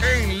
En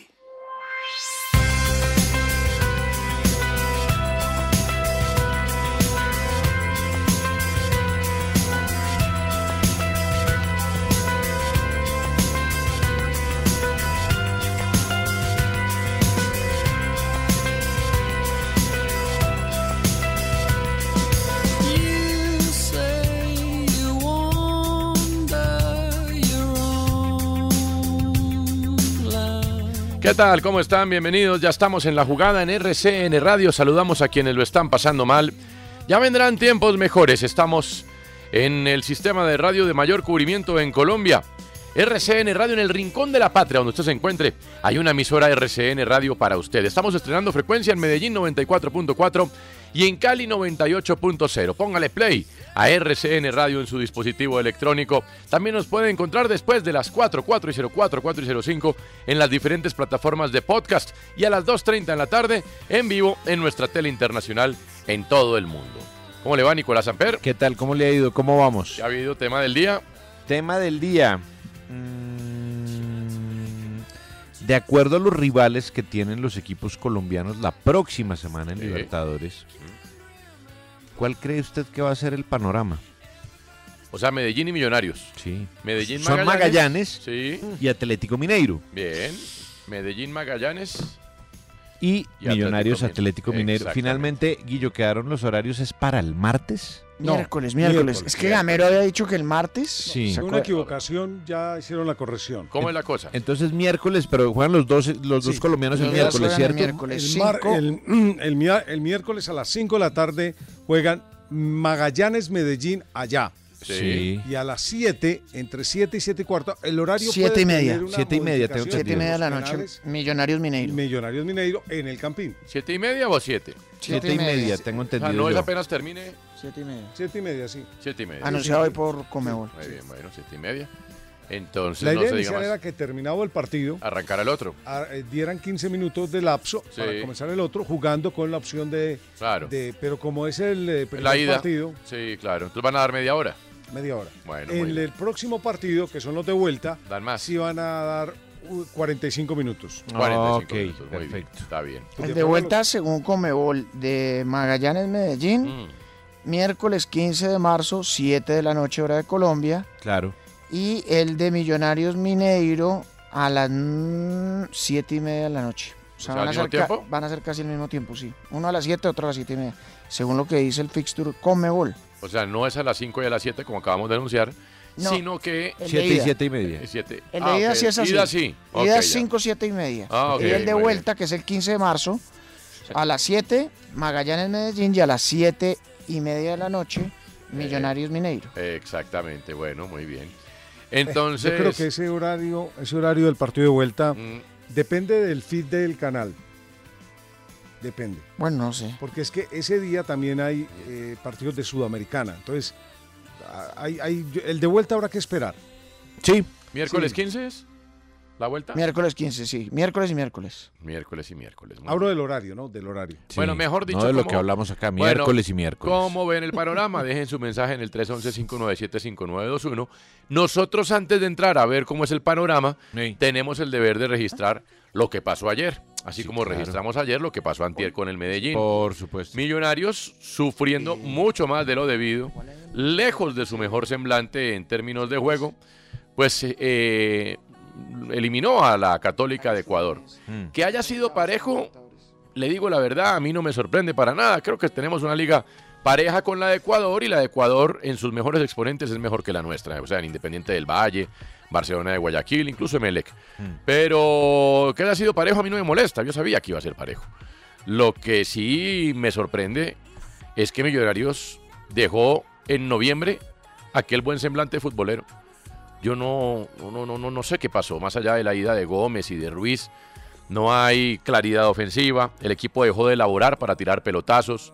You say you wander your own love. ¿Qué tal? ¿Cómo están? Bienvenidos. Ya estamos en la jugada en RCN Radio. Saludamos a quienes lo están pasando mal. Ya vendrán tiempos mejores. Estamos en el sistema de radio de mayor cubrimiento en Colombia. RCN Radio en el rincón de la patria, donde usted se encuentre. Hay una emisora RCN Radio para usted. Estamos estrenando frecuencia en Medellín 94.4 y en Cali 98.0. Póngale play a RCN Radio en su dispositivo electrónico. También nos puede encontrar después de las 4, 4 y 04, 4 y 05 en las diferentes plataformas de podcast y a las 2.30 en la tarde en vivo en nuestra tele internacional en todo el mundo. ¿Cómo le va Nicolás Amper? ¿Qué tal? ¿Cómo le ha ido? ¿Cómo vamos? Ya ha habido tema del día. Tema del día. Mm, De acuerdo a los rivales que tienen los equipos colombianos la próxima semana en Sí. Libertadores, ¿cuál cree usted que va a ser el panorama? O sea, Medellín y Millonarios. Sí. Medellín Son Magallanes Sí, y Atlético Mineiro. bien. Medellín Magallanes. Y, Y Millonarios Atlético Atlético Mineiro. Mineiro. Finalmente, Guillo, quedaron los horarios, es para el martes. miércoles, miércoles, Es que Gamero había dicho que el martes. Sí. sacó- Una equivocación, ya hicieron la corrección. ¿Cómo es la cosa? Entonces miércoles, pero juegan los dos, los dos Sí. colombianos el Los dos miércoles, juegan el ¿cierto? miércoles El, mar- cinco. el- el mia- el miércoles a las 5 de la tarde juegan Magallanes Medellín allá. Sí. Y a las 7, entre 7 y 7 y cuarto, el horario. Siete puede y media. tener una Siete y media, tengo entendido. modificación Siete y media de la los noche, canales Millonarios y Mineiro. Millonarios Mineiro en el Campín. ¿Siete y media o siete? Siete y media, tengo O sea, entendido. no es yo. apenas termine Siete y media. 7 y media, sí. siete y media. Anunciado hoy por Comebol. Muy bien, bueno, siete y media. Entonces, La no idea se diga inicial más. era que terminaba el partido, Arrancar al otro. a- eh, dieran 15 minutos de lapso Sí. para comenzar el otro, jugando con la opción de. Claro. de- pero como es el eh, primer la ida. partido, Sí, claro. Entonces van a dar media hora. media hora. Bueno, en muy bien. el próximo partido, que son los de vuelta, Dan más. sí van a dar uh, 45 minutos. Ah, 45 ok, minutos. Muy bien. perfecto. Está bien. El de vuelta, según Comebol, de Magallanes, Medellín, Mm, miércoles 15 de marzo, 7 de la noche, hora de Colombia. Claro. Y el de Millonarios Mineiro a las 7 y media de la noche. O sea, O sea, van, ¿al a mismo ser ca- tiempo? van a ser casi al mismo tiempo, sí. Uno a las 7, otro a las 7 y media. Según lo que dice el fixture Comebol. O sea, no es a las 5 y a las 7, como acabamos de anunciar, No. sino que Eh, El Siete de y ida. siete y media. es 7. El de ida sí es así. Ida sí. Ok, Ida ya. 5, 7 y media. Ah, ok, y el de muy vuelta, que es el 15 de marzo, a las 7, Magallanes Medellín, y a las 7 y media de la noche, Eh. Millonarios Mineiro. Exactamente, bueno, muy bien. Entonces, Yo creo que ese horario, ese horario del partido de vuelta mm, depende del feed del canal. Depende. Bueno, no sé. Porque es que ese día también hay eh, partidos de Sudamericana. Entonces, a- hay, hay- el de vuelta habrá que esperar. Sí. miércoles Sí. 15 es? la vuelta? Miércoles 15, sí. Miércoles y miércoles. Miércoles y miércoles. muy Hablo del horario, ¿no? Del horario. Pues, Bueno, mejor dicho, No de lo ¿cómo- que hablamos acá, Bueno, miércoles y miércoles. ¿Cómo ven el panorama? Dejen su mensaje en el 311-597-5921. Nosotros antes de entrar a ver cómo es el panorama, Sí. tenemos el deber de registrar lo que pasó ayer, así Sí, como claro. registramos ayer lo que pasó antier con el Medellín. Por supuesto. Millonarios sufriendo mucho más de lo debido, lejos de su mejor semblante en términos de juego, pues eh, eliminó a la Católica de Ecuador. Mm. Que haya sido parejo, le digo la verdad, a mí no me sorprende para nada. Creo que tenemos una liga pareja con la de Ecuador y la de Ecuador en sus mejores exponentes es mejor que la nuestra. O sea, en Independiente del Valle, Barcelona de Guayaquil, incluso Emelec. Mm. Pero que haya sido parejo a mí no me molesta. Yo sabía que iba a ser parejo. Lo que sí me sorprende es que Millonarios dejó en noviembre aquel buen semblante futbolero. Yo no, no, no, no, no sé qué pasó, más allá de la ida de Gómez y de Ruiz. No hay claridad ofensiva, el equipo dejó de elaborar para tirar pelotazos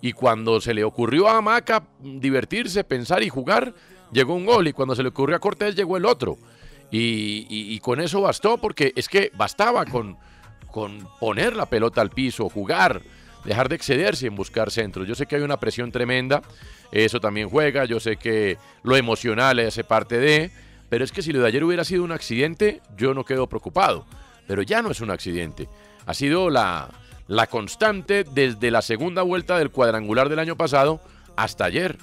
y cuando se le ocurrió a Maca divertirse, pensar y jugar, llegó un gol y cuando se le ocurrió a Cortés llegó el otro. Y, y- y con eso bastó porque es que bastaba con, con poner la pelota al piso, jugar, dejar de excederse en buscar centros. Yo sé que hay una presión tremenda, eso también juega, yo sé que lo emocional hace parte de, pero es que si lo de ayer hubiera sido un accidente, yo no quedo preocupado, pero ya no es un accidente. Ha sido la, la constante desde la segunda vuelta del cuadrangular del año pasado hasta ayer.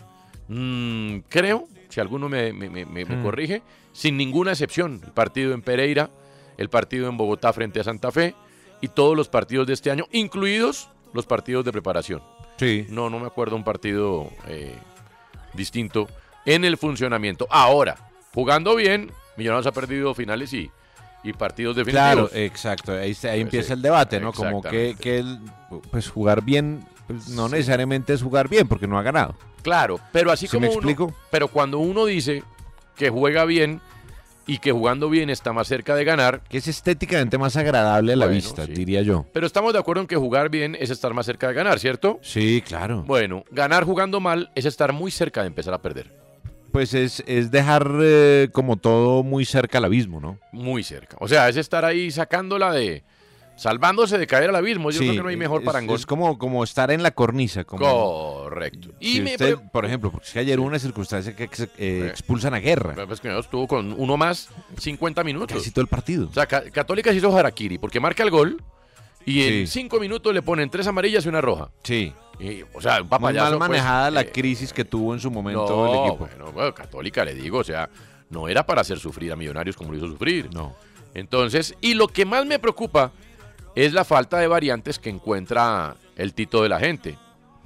Mm, creo, si alguno me, me- me- me- me Hmm. corrige, sin ninguna excepción, el partido en Pereira, el partido en Bogotá frente a Santa Fe y todos los partidos de este año, incluidos los partidos de preparación. Sí. No, no me acuerdo un partido eh, distinto en el funcionamiento. Ahora, jugando bien, Millonarios ha perdido finales y, y partidos definitivos. Claro, exacto. Ahí, se- ahí Pues empieza sí, el debate, ¿no? Como que, exactamente. que el- pues jugar bien, pues, no necesariamente es jugar bien porque no ha ganado. Claro, pero así ¿Sí como me uno- explico? pero cuando uno dice que juega bien y que jugando bien está más cerca de ganar, Que es estéticamente más agradable a la Bueno, vista, sí. diría yo. pero estamos de acuerdo en que jugar bien es estar más cerca de ganar, ¿cierto? Sí, claro. Bueno, ganar jugando mal es estar muy cerca de empezar a perder. Pues es, es dejar eh, como todo muy cerca al abismo, ¿no? Muy cerca. O sea, es estar ahí sacándola de. salvándose de caer al abismo. Yo Sí, eh, creo que no hay mejor es- parangón. Es como, como estar en la cornisa. Como, Correcto. Y si me usted, pre- por ejemplo, porque es que ayer hubo una circunstancia que ex- eh, expulsan a Pero, guerra pues, que no, estuvo con uno más 50 casi minutos. todo el partido. O sea, Ca- Católica se hizo harakiri porque marca el gol y en Sí. 5 minutos le ponen tres amarillas y una roja. Sí. Y, o sea, un Muy papayazo. mal pues, manejada la eh, crisis que tuvo en su momento no, el equipo. Bueno, bueno, Católica le digo, o sea, no era para hacer sufrir a Millonarios como lo hizo sufrir. No. Entonces, y lo que más me preocupa es la falta de variantes que encuentra el Tito de la gente,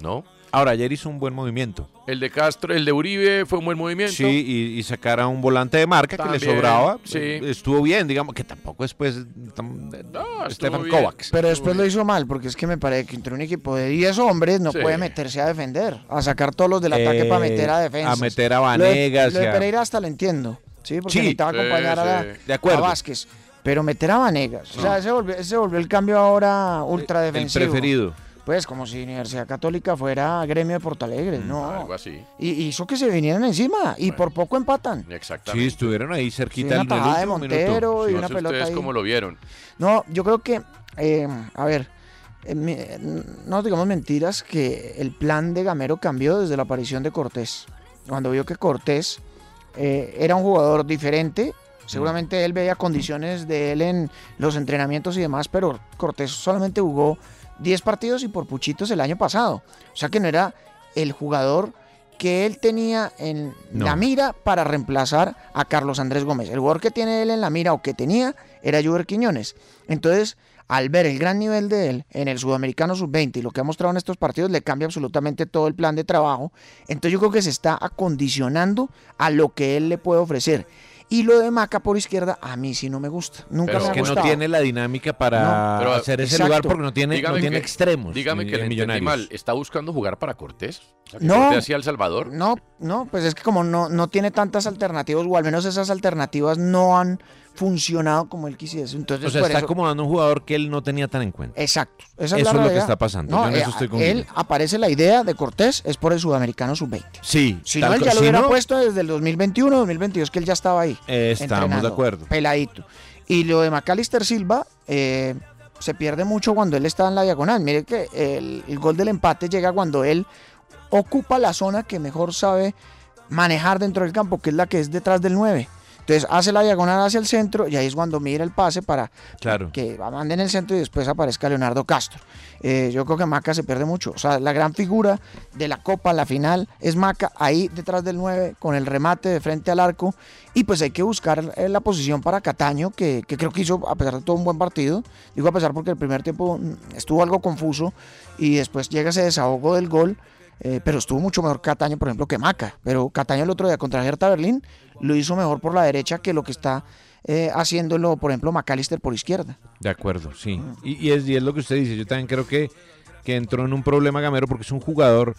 ¿no? Ahora, ayer hizo un buen movimiento. El de Castro, el de Uribe fue un buen movimiento. Sí, y, y sacar a un volante de marca que También, le sobraba. sí. eh, Estuvo bien, digamos, que tampoco es pues tan- No, estuvo Stefan bien. Kovacs. Pero después lo hizo mal, porque es que me parece que entre un equipo de 10 hombres no Sí. puede meterse a defender, a sacar todos los del ataque para Eh, meter a defensa. a meter a Vanegas Lo de, y a- Pereira hasta lo entiendo, ¿sí? Porque Sí. necesitaba Sí, acompañar a, la- sí. De acuerdo. Ah. a Vázquez. Pero meter a Vanegas, o sea, ese volvió, ese volvió el cambio ahora ultra Eh, El defensivo. preferido. Pues como si Universidad Católica fuera gremio de Portalegre, Mm. no. Algo así. Y y hizo que se vinieran encima y por poco empatan. Sí, Exactamente. estuvieron ahí Sí, cerquita una del- del tajada de último minuto. Montero y No una sé pelota ustedes ahí. cómo lo vieron. No, yo creo que, eh, a ver, eh, mi- eh, no nos digamos mentiras que el plan de Gamero cambió desde la aparición de Cortés. Cuando vio que Cortés eh, era un jugador diferente, seguramente él veía condiciones de él en los entrenamientos y demás, pero Cortés solamente jugó 10 partidos y por puchitos el año pasado. O sea que no era el jugador que él tenía en No. la mira para reemplazar a Carlos Andrés Gómez. El jugador que tiene él en la mira o que tenía era Juber Quiñones. Entonces, al ver el gran nivel de él en el Sudamericano Sub-20 y lo que ha mostrado en estos partidos, le cambia absolutamente todo el plan de trabajo. Entonces yo creo que se está acondicionando a lo que él le puede ofrecer. Y lo de Maca por izquierda, a mí sí no me gusta. Nunca Pero me Es ha que no gustado. tiene la dinámica para No. Pero, hacer ese exacto. lugar porque no tiene, no Dígame tiene que- extremos. Dígame ni- que ni le entendí millonarios. mal. ¿Está buscando jugar para Cortés? O sea, que No. Cortés hacía El Salvador. No, no, pues es que como no, no tiene tantas alternativas, o al menos esas alternativas no han funcionado como él quisiese. Entonces, O sea, por está eso- acomodando un jugador que él no tenía tan en cuenta. Exacto. Esa Eso es, la es lo que realidad. eh, está pasando, yo en eso estoy con él Guille. aparece la idea de Cortés, es por el Sudamericano Sub-20. Sí, Si tal no, él cual. ya lo Si hubiera no, puesto desde el 2021, 2022, que él ya estaba ahí. Eh, estamos de entrenando, acuerdo. Peladito. Y lo de Macalister Silva eh, se pierde mucho cuando él está en la diagonal. Mire que el, el gol del empate llega cuando él ocupa la zona que mejor sabe manejar dentro del campo, que es la que es detrás del 9. Entonces hace la diagonal hacia el centro y ahí es cuando mira el pase para Claro. que manden el centro y después aparezca Leonardo Castro. Eh, yo creo que Maca se pierde mucho. O sea, la gran figura de la Copa, la final, es Maca ahí detrás del 9 con el remate de frente al arco. Y pues hay que buscar eh, la posición para Cataño, que, que creo que hizo, a pesar de todo, un buen partido. Digo a pesar porque el primer tiempo mm, estuvo algo confuso y después llega ese desahogo del gol. eh, pero estuvo mucho mejor Cataño, por ejemplo, que Maca. Pero Cataño el otro día contra Hertha Berlín lo hizo mejor por la derecha que lo que está eh, haciéndolo, por ejemplo, McAllister por izquierda. De acuerdo, sí. Y, y es, y es lo que usted dice. Yo también creo que, que entró en un problema Gamero porque es un jugador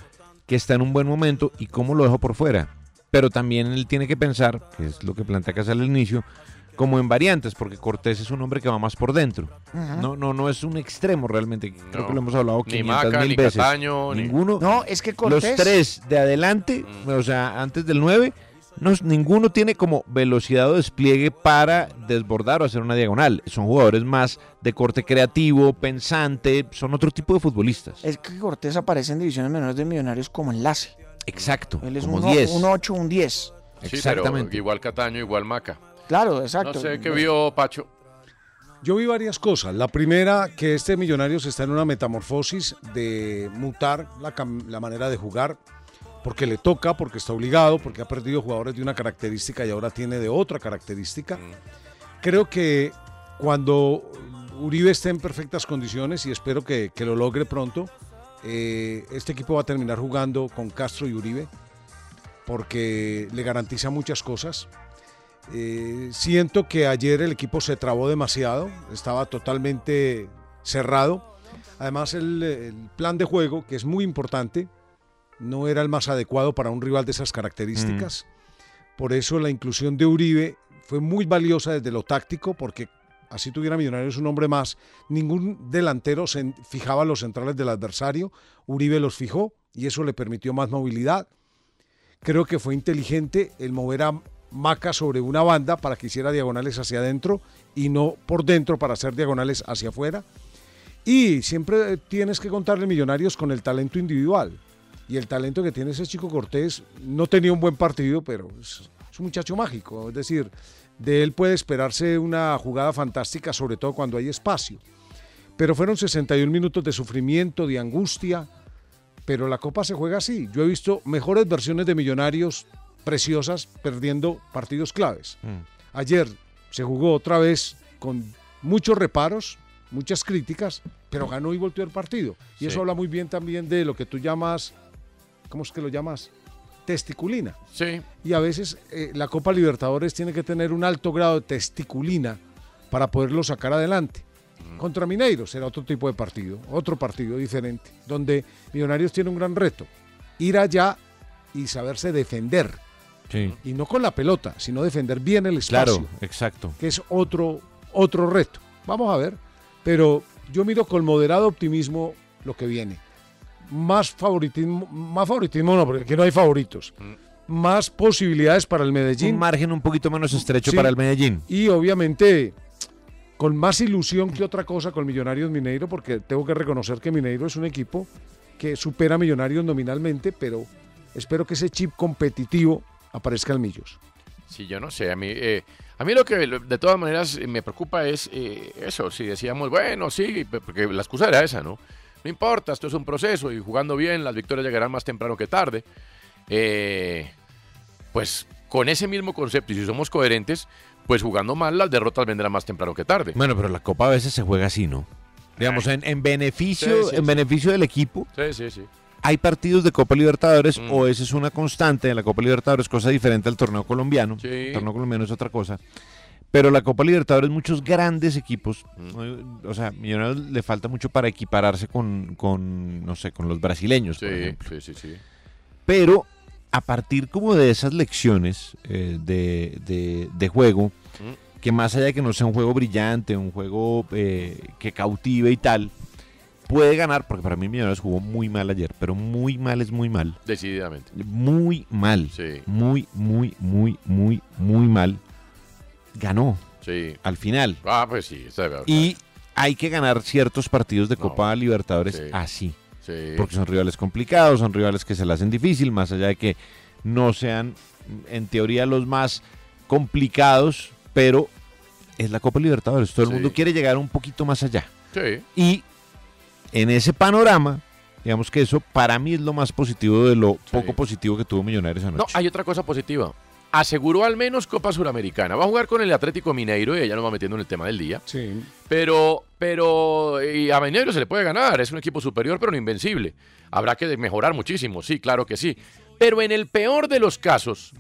que está en un buen momento y cómo lo dejo por fuera. Pero también él tiene que pensar, que es lo que plantea Casal al inicio, como en variantes, porque Cortés es un hombre que va más por dentro. Ujú. No, no, no es un extremo realmente. Creo No. que lo hemos hablado Ni 500 Maca, mil ni veces. Cataño, ni- Ninguno. No, es que Cortés. Los tres de adelante, o sea, antes del 9, no, ninguno tiene como velocidad o despliegue para desbordar o hacer una diagonal. Son jugadores más de corte creativo, pensante, son otro tipo de futbolistas. Es que Cortés aparece en divisiones menores de Millonarios como enlace. Exacto, Él es como un, 10. 8, un 10. Sí, pero Exactamente. igual Cataño, igual Maca. Claro, No exacto. sé qué vio Pacho. Yo vi varias cosas. La primera, que este Millonarios está en una metamorfosis de mutar la, cam- la manera de jugar, porque le toca, porque está obligado, porque ha perdido jugadores de una característica y ahora tiene de otra característica. Creo que cuando Uribe esté en perfectas condiciones, y espero que, que lo logre pronto, eh, este equipo va a terminar jugando con Castro y Uribe, porque le garantiza muchas cosas. Eh, siento que ayer el equipo se trabó demasiado, estaba totalmente cerrado. Además, el, el plan de juego, que es muy importante, no era el más adecuado para un rival de esas características. Por eso la inclusión de Uribe fue muy valiosa desde lo táctico, porque así tuviera Millonarios un hombre más, ningún delantero se en- fijaba los centrales del adversario, Uribe los fijó y eso le permitió más movilidad creo que fue inteligente el mover a Maca sobre una banda para que hiciera diagonales hacia adentro y no por dentro para hacer diagonales hacia afuera. Y siempre eh, tienes que contarle millonarios con el talento individual. Y el talento que tiene ese chico Cortés no tenía un buen partido, pero es, es un muchacho mágico. Es decir, de él puede esperarse una jugada fantástica, sobre todo cuando hay espacio. Pero fueron 61 minutos de sufrimiento, de angustia, pero la Copa se juega así. Yo he visto mejores versiones de Millonarios preciosas perdiendo partidos claves. Ayer se jugó otra vez con muchos reparos, muchas críticas, pero ganó y volteó el partido. Y Sí. eso habla muy bien también de lo que tú llamas, ¿cómo es que lo llamas? Testiculina. Sí, Y a veces eh, la Copa Libertadores tiene que tener un alto grado de testiculina para poderlo sacar adelante. Mm. Contra Mineiro será otro tipo de partido, otro partido diferente, donde Millonarios tiene un gran reto, ir allá y saberse defender, Sí. y no con la pelota, sino defender bien el espacio, Claro, exacto. que es otro, otro reto. Vamos a ver, pero yo miro con moderado optimismo lo que viene. Más favoritismo, más favoritismo no, porque aquí no hay favoritos. Más posibilidades para el Medellín Mm. Un margen un poquito menos estrecho Sí. para el Medellín. y obviamente con más ilusión que otra cosa con Millonarios Mineiro, porque tengo que reconocer que Mineiro es un equipo que supera a Millonarios nominalmente, pero espero que ese chip competitivo aparezca en Millos. sí, yo no sé. A mí, eh, a mí lo que lo- de todas maneras eh, me preocupa es eh, eso. Si decíamos, bueno, sí, pe- porque la excusa era esa, ¿no? No importa, esto es un proceso y jugando bien las victorias llegarán más temprano que tarde. Eh, pues con ese mismo concepto, y si somos coherentes, pues jugando mal las derrotas vendrán más temprano que tarde. Bueno, pero la Copa a veces se juega así, ¿no? Digamos, en, en beneficio, Sí, sí, en sí. beneficio del equipo, Sí, sí, sí. hay partidos de Copa Libertadores Mm. o esa es una constante de la Copa Libertadores, cosa diferente al torneo colombiano. Sí. El torneo colombiano es otra cosa. Pero la Copa Libertadores, muchos grandes equipos, Mm. eh, o sea, Millonarios le falta mucho para equipararse con, con, no sé, con los brasileños, por Sí, ejemplo. sí, sí, sí. Pero a partir como de esas lecciones eh, de, de- de juego, Mm. que más allá de que no sea un juego brillante, un juego eh, que cautive y tal, puede ganar, porque para mí Millonarios jugó muy mal ayer, pero muy mal es muy mal Decididamente. muy mal. Sí. Muy, muy, muy, muy, muy mal. Ganó. Sí. al final. Ah, pues sí, está bien. Y hay que ganar ciertos partidos de No. Copa Libertadores Sí. así, Sí. porque son rivales complicados, son rivales que se la hacen difícil, más allá de que no sean, en teoría, los más complicados, pero es la Copa Libertadores. Todo Sí. el mundo quiere llegar un poquito más allá. Sí. Y en ese panorama, digamos que eso para mí es lo más positivo de lo poco positivo que tuvo Millonarios No, anoche. hay otra cosa positiva. Aseguró al menos Copa Suramericana. Va a jugar con el Atlético Mineiro y ella nos va metiendo en el tema del día. Sí. Pero, pero y a Mineiro se le puede ganar, es un equipo superior pero no invencible. Habrá que mejorar muchísimo, sí, claro que sí. Pero en el peor de los casos,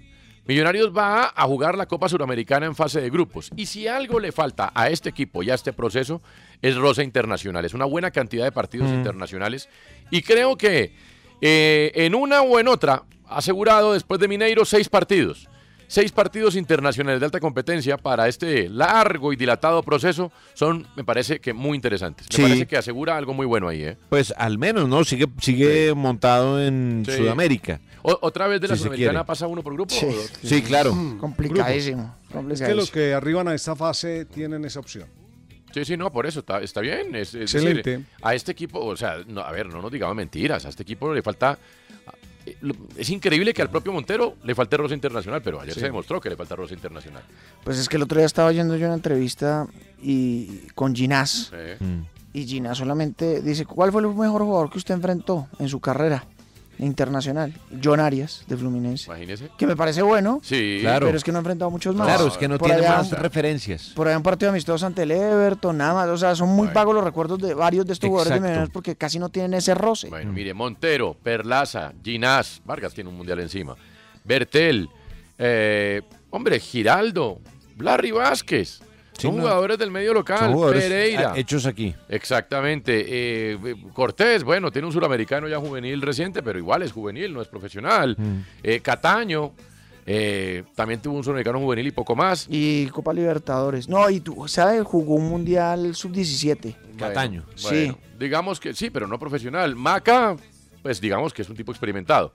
Millonarios va a jugar la Copa Suramericana en fase de grupos. Y si algo le falta a este equipo y a este proceso, es Rosa Internacional. Es una buena cantidad de partidos internacionales. Y creo que eh, en una o en otra, asegurado después de Mineiro, seis partidos. Seis partidos internacionales de alta competencia para este largo y dilatado proceso son, me parece que muy interesantes. Me Sí. parece que asegura algo muy bueno ahí. ¿eh? Pues al menos, ¿no? Sigue, sigue montado en Sí. Sudamérica. O- otra vez de la Si se Sudamericana quiere. pasa uno por grupo. Sí. o dos? Sí, claro. Mm, Complicadísimo. Es que complicadísimo. los que arriban a esta fase tienen esa opción. Sí, sí, no, por eso está, está bien. Es, es decir, Excelente. a este equipo, o sea, no, a ver, no nos digamos mentiras. A este equipo le falta. eh, lo- Es increíble que al propio Montero le falte rosa internacional, pero ayer se demostró que le falta rosa internacional. Pues es que el otro día estaba yendo yo una entrevista y con Ginás. Sí. Mm. Y Gina solamente dice, ¿cuál fue el mejor jugador que usted enfrentó en su carrera internacional? John Arias, de Fluminense. Imagínese. Que me parece bueno, Sí, Claro. pero es que no ha enfrentado muchos más. Claro, es que no Por tiene allá- más referencias. Por ahí un partido amistoso ante el Everton, nada más. O sea, son muy vagos los recuerdos de varios de estos jugadores de Exacto. Millonarios porque casi no tienen ese roce. Bueno, Mm. mire, Montero, Perlaza, Ginás, Vargas tiene un mundial encima, Bertel, eh, hombre, Giraldo, Larry Vázquez, Sí, son no. jugadores del medio Son local, jugadores Pereira. ah, hechos aquí. Exactamente. eh, Cortés, bueno, tiene un suramericano ya juvenil reciente, pero igual es juvenil, no es profesional. Mm. Eh, Cataño, eh, también tuvo un suramericano juvenil y poco más. Y Copa Libertadores. No, y tú, ¿sabes? Jugó un Mundial Sub-17. Cataño. Bueno, Sí. bueno, digamos que sí, pero no profesional. Maca, pues digamos que es un tipo experimentado.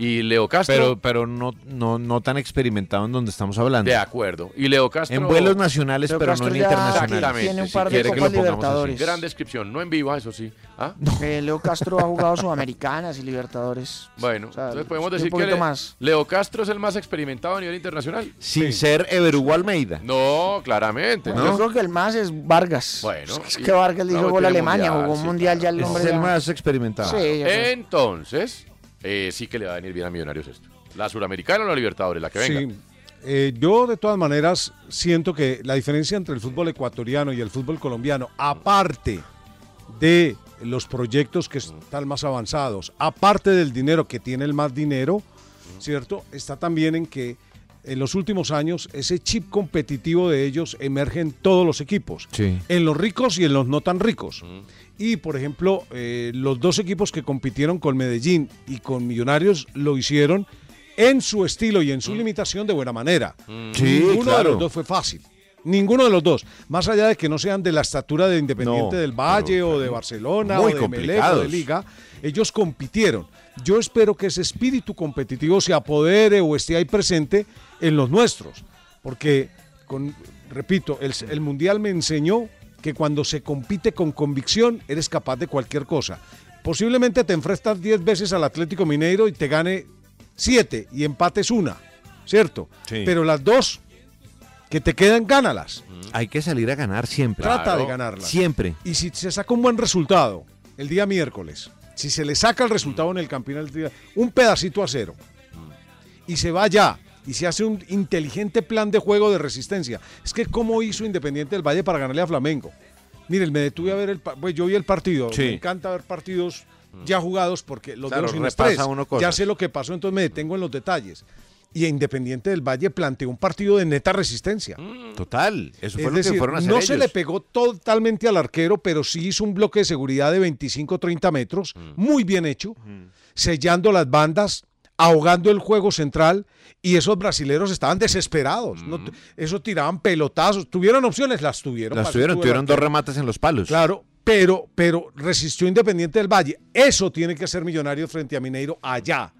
Y Leo Castro. Pero, pero no, no, no tan experimentado en donde estamos hablando. de acuerdo. Y Leo Castro. En vuelos nacionales, Pero pero Castro no en ya internacionales. Exactamente, tiene un si par de quiere que lo Copas pongamos así. Libertadores. Gran descripción, no en viva, eso sí. ¿Ah? Eh, Leo Castro ha jugado Sudamericanas y Libertadores. Bueno, O sea, entonces podemos un decir que poquito Le- más. Leo Castro es el más experimentado a nivel internacional. Sin ser Everu Almeida. Este, No, claramente. Yo creo que el más es Vargas. Bueno, es y- que Vargas le hizo no, gol a tiene Alemania, mundial, jugó sí, un mundial ya claro. el Ese Ese hombre. es el ya- más experimentado. Sí, ya fue. Entonces, eh, sí que le va a venir bien a Millonarios esto. La Suramericana o la Libertadores, la que venga. Sí. Eh, yo de todas maneras siento que la diferencia entre el fútbol ecuatoriano y el fútbol colombiano, aparte de los proyectos que están más avanzados, aparte del dinero que tiene el más dinero, ¿cierto? Está también en que en los últimos años ese chip competitivo de ellos emerge en todos los equipos, Sí. en los ricos y en los no tan ricos. Y por ejemplo, eh, los dos equipos que compitieron con Medellín y con Millonarios lo hicieron en su estilo y en su limitación de buena manera. Sí, Ninguno de claro. los dos fue fácil. Ninguno de los dos, más allá de que no sean de la estatura de Independiente No, del Valle pero, o de Barcelona muy o de Melec o de complicados. Liga, ellos compitieron. Yo espero que ese espíritu competitivo se apodere o esté ahí presente en los nuestros, porque, con, repito, el, el Mundial me enseñó que cuando se compite con convicción eres capaz de cualquier cosa. Posiblemente te enfrentas 10 veces al Atlético Mineiro y te gane 7 y empates una, ¿cierto? Sí. Pero las dos que te quedan, gánalas. Hay que salir a ganar siempre. Trata de Claro. ganarlas. Siempre. Y si se saca un buen resultado el día miércoles, si se le saca el Mm. resultado en el campeonato, el día- un pedacito a cero, Mm. y se va ya, y se hace un inteligente plan de juego de resistencia. Es que, ¿cómo hizo Independiente del Valle para ganarle a Flamengo? Miren, me detuve a ver el. pa- Pues yo vi el partido. Sí. Mm. Me encanta ver partidos ya jugados porque los Claro, dedos sin repasa estrés. uno Ya cosas. sé lo que pasó, entonces me detengo en los detalles. Y Independiente del Valle planteó un partido de neta resistencia. Mm. Total. Eso fue Es lo decir, que fueron a hacer no se ellos. le pegó totalmente al arquero, pero sí hizo un bloque de seguridad de 25, 30 metros, Mm. muy bien hecho, sellando las bandas, ahogando el juego central, y esos brasileros estaban desesperados. no t- eso tiraban pelotazos, tuvieron opciones, las tuvieron. Mm. Las para eso tuvieron, tuvo el tuvieron dos arquero. remates en los palos. Claro, pero, pero resistió Independiente del Valle. Eso tiene que hacer Millonarios frente a Mineiro allá.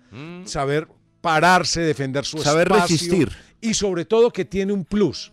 Saber pararse, defender su Mm. Saber espacio. resistir. Y sobre todo que tiene un plus.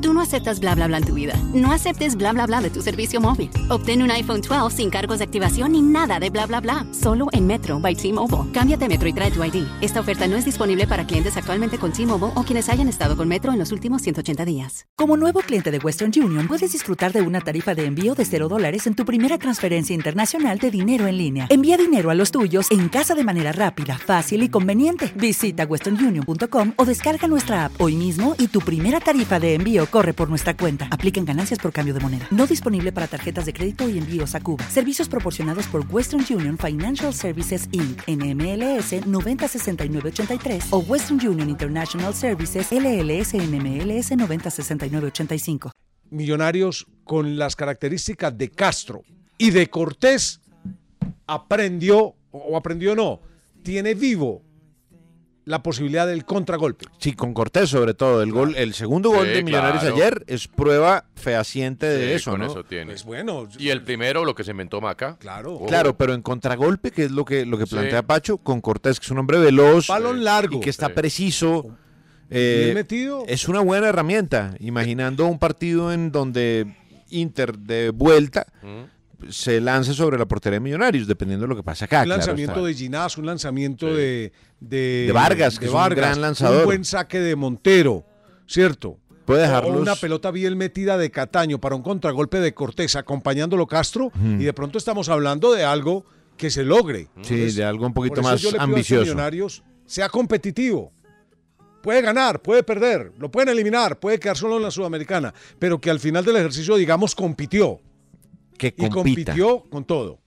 Tú no aceptas bla bla bla en tu vida. No aceptes bla bla bla de tu servicio móvil. Obtén un iPhone 12 sin cargos de activación ni nada de bla bla bla. Solo en Metro by T-Mobile. Cámbiate a Metro y trae tu ID. Esta oferta no es disponible para clientes actualmente con T-Mobile o quienes hayan estado con Metro en los últimos 180 días. Como nuevo cliente de Western Union, puedes disfrutar de una tarifa de envío de 0 dólares en tu primera transferencia internacional de dinero en línea. Envía dinero a los tuyos en casa de manera rápida, fácil y conveniente. Visita westernunion.com o descarga nuestra app hoy mismo y tu primera tarifa de envío corre por nuestra cuenta. Aplican ganancias por cambio de moneda. No disponible para tarjetas de crédito y envíos a Cuba. Servicios proporcionados por Western Union Financial Services Inc. NMLS 906983 o Western Union International Services LLS NMLS 906985. Millonarios con las características de Castro y de Cortés aprendió, o aprendió no, tiene vivo la posibilidad del contragolpe. Sí, con Cortés sobre todo. El gol, el segundo gol Sí, de Millonarios claro. ayer es prueba fehaciente de Sí, eso, Eh, con ¿no? eso tiene. Pues bueno, Y el primero, lo que se inventó Maca. claro. Oh. Claro, pero en contragolpe, que es lo que, lo que plantea Pacho, con Cortés, que es un hombre veloz Balón eh, largo. y que está Sí. preciso. Bien eh, metido. es una buena herramienta. Imaginando un partido en donde Inter de vuelta Mm. se lanza sobre la portería de Millonarios, dependiendo de lo que pasa acá. un claro lanzamiento está. de Ginás, un lanzamiento Sí. de, de. De Vargas, que es un gran lanzador. Un buen saque de Montero, ¿cierto? Puede O dejarlos. una pelota bien metida de Cataño para un contragolpe de Cortés, acompañándolo Castro, y de pronto estamos hablando de algo que se logre. Sí, de algo un Por poquito eso más yo le pido a estos ambicioso. Millonarios, sea competitivo. Puede ganar, puede perder, lo pueden eliminar, puede quedar solo en la Sudamericana, pero que al final del ejercicio, digamos, compitió. Que Y compita. compitió con todo.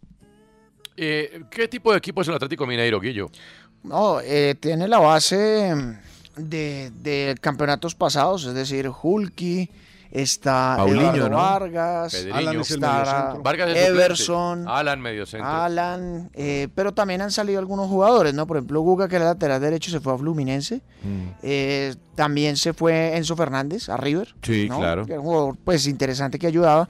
Eh, ¿Qué tipo de equipo es el Atlético Mineiro, Guillo? No, eh, tiene la base mm, de, de campeonatos pasados, es decir, Hulky, está Paulinho, Eduardo ¿no? Vargas, Pedriño. Alan es el está mediocentro. Vargas es suplente. Everson, Alan, mediocentro. Alan, eh, pero también han salido algunos jugadores, ¿no? Por ejemplo, Guga, que era lateral derecho, se fue a Fluminense. Mm. Eh, también se fue Enzo Fernández a River. Sí, ¿no? claro. Que era un jugador pues interesante que ayudaba.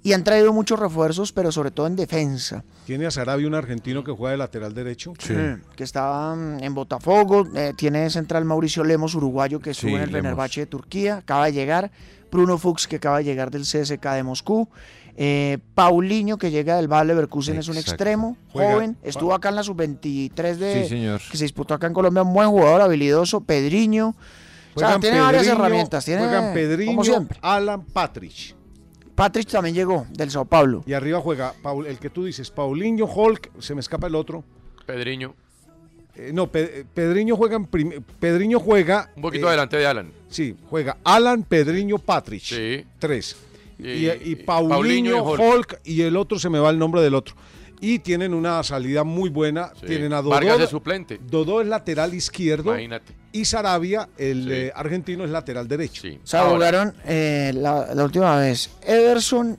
Y han traído muchos refuerzos, pero sobre todo en defensa. Tiene a Sarabia, un argentino que juega de lateral derecho. Mm, Que estaba mm, en Botafogo. eh, tiene central Mauricio Lemos, uruguayo, que estuvo Sí, en el Lemos. Fenerbahce de Turquía. Acaba de llegar. Bruno Fuchs, que acaba de llegar del CSK de Moscú. Eh, Paulinho, que llega del Bayer Leverkusen, es un Exacto. extremo Juega- joven. Estuvo acá en la sub-23 de, Sí, señor. que se disputó acá en Colombia, un buen jugador, habilidoso, Pedriño. O sea, Juegan tiene varias Pedriño, herramientas. Tiene, juegan como Pedriño, siempre. Alan Patrick. Patrick también llegó del Sao Paulo. Y arriba juega Paul- el que tú dices, Paulinho, Hulk, se me escapa el otro. Pedriño. Eh, no, Pe- eh, Pedriño juega en prim- Pedriño juega. Un poquito eh, adelante de Alan. Sí, juega Alan, Pedriño, Patrick. Sí. Tres. Y- Y, y y Paulinho, Paulinho y Hulk. Hulk. y el otro se me va el nombre del otro. Y tienen una salida muy buena. Sí. Tienen a Dodó. Vargas es suplente. Dodó es lateral izquierdo. Imagínate. Y Sarabia, el Sí. eh, argentino, es lateral derecho. Sí. O sea, Ahora, jugaron eh, la, la última vez Everson,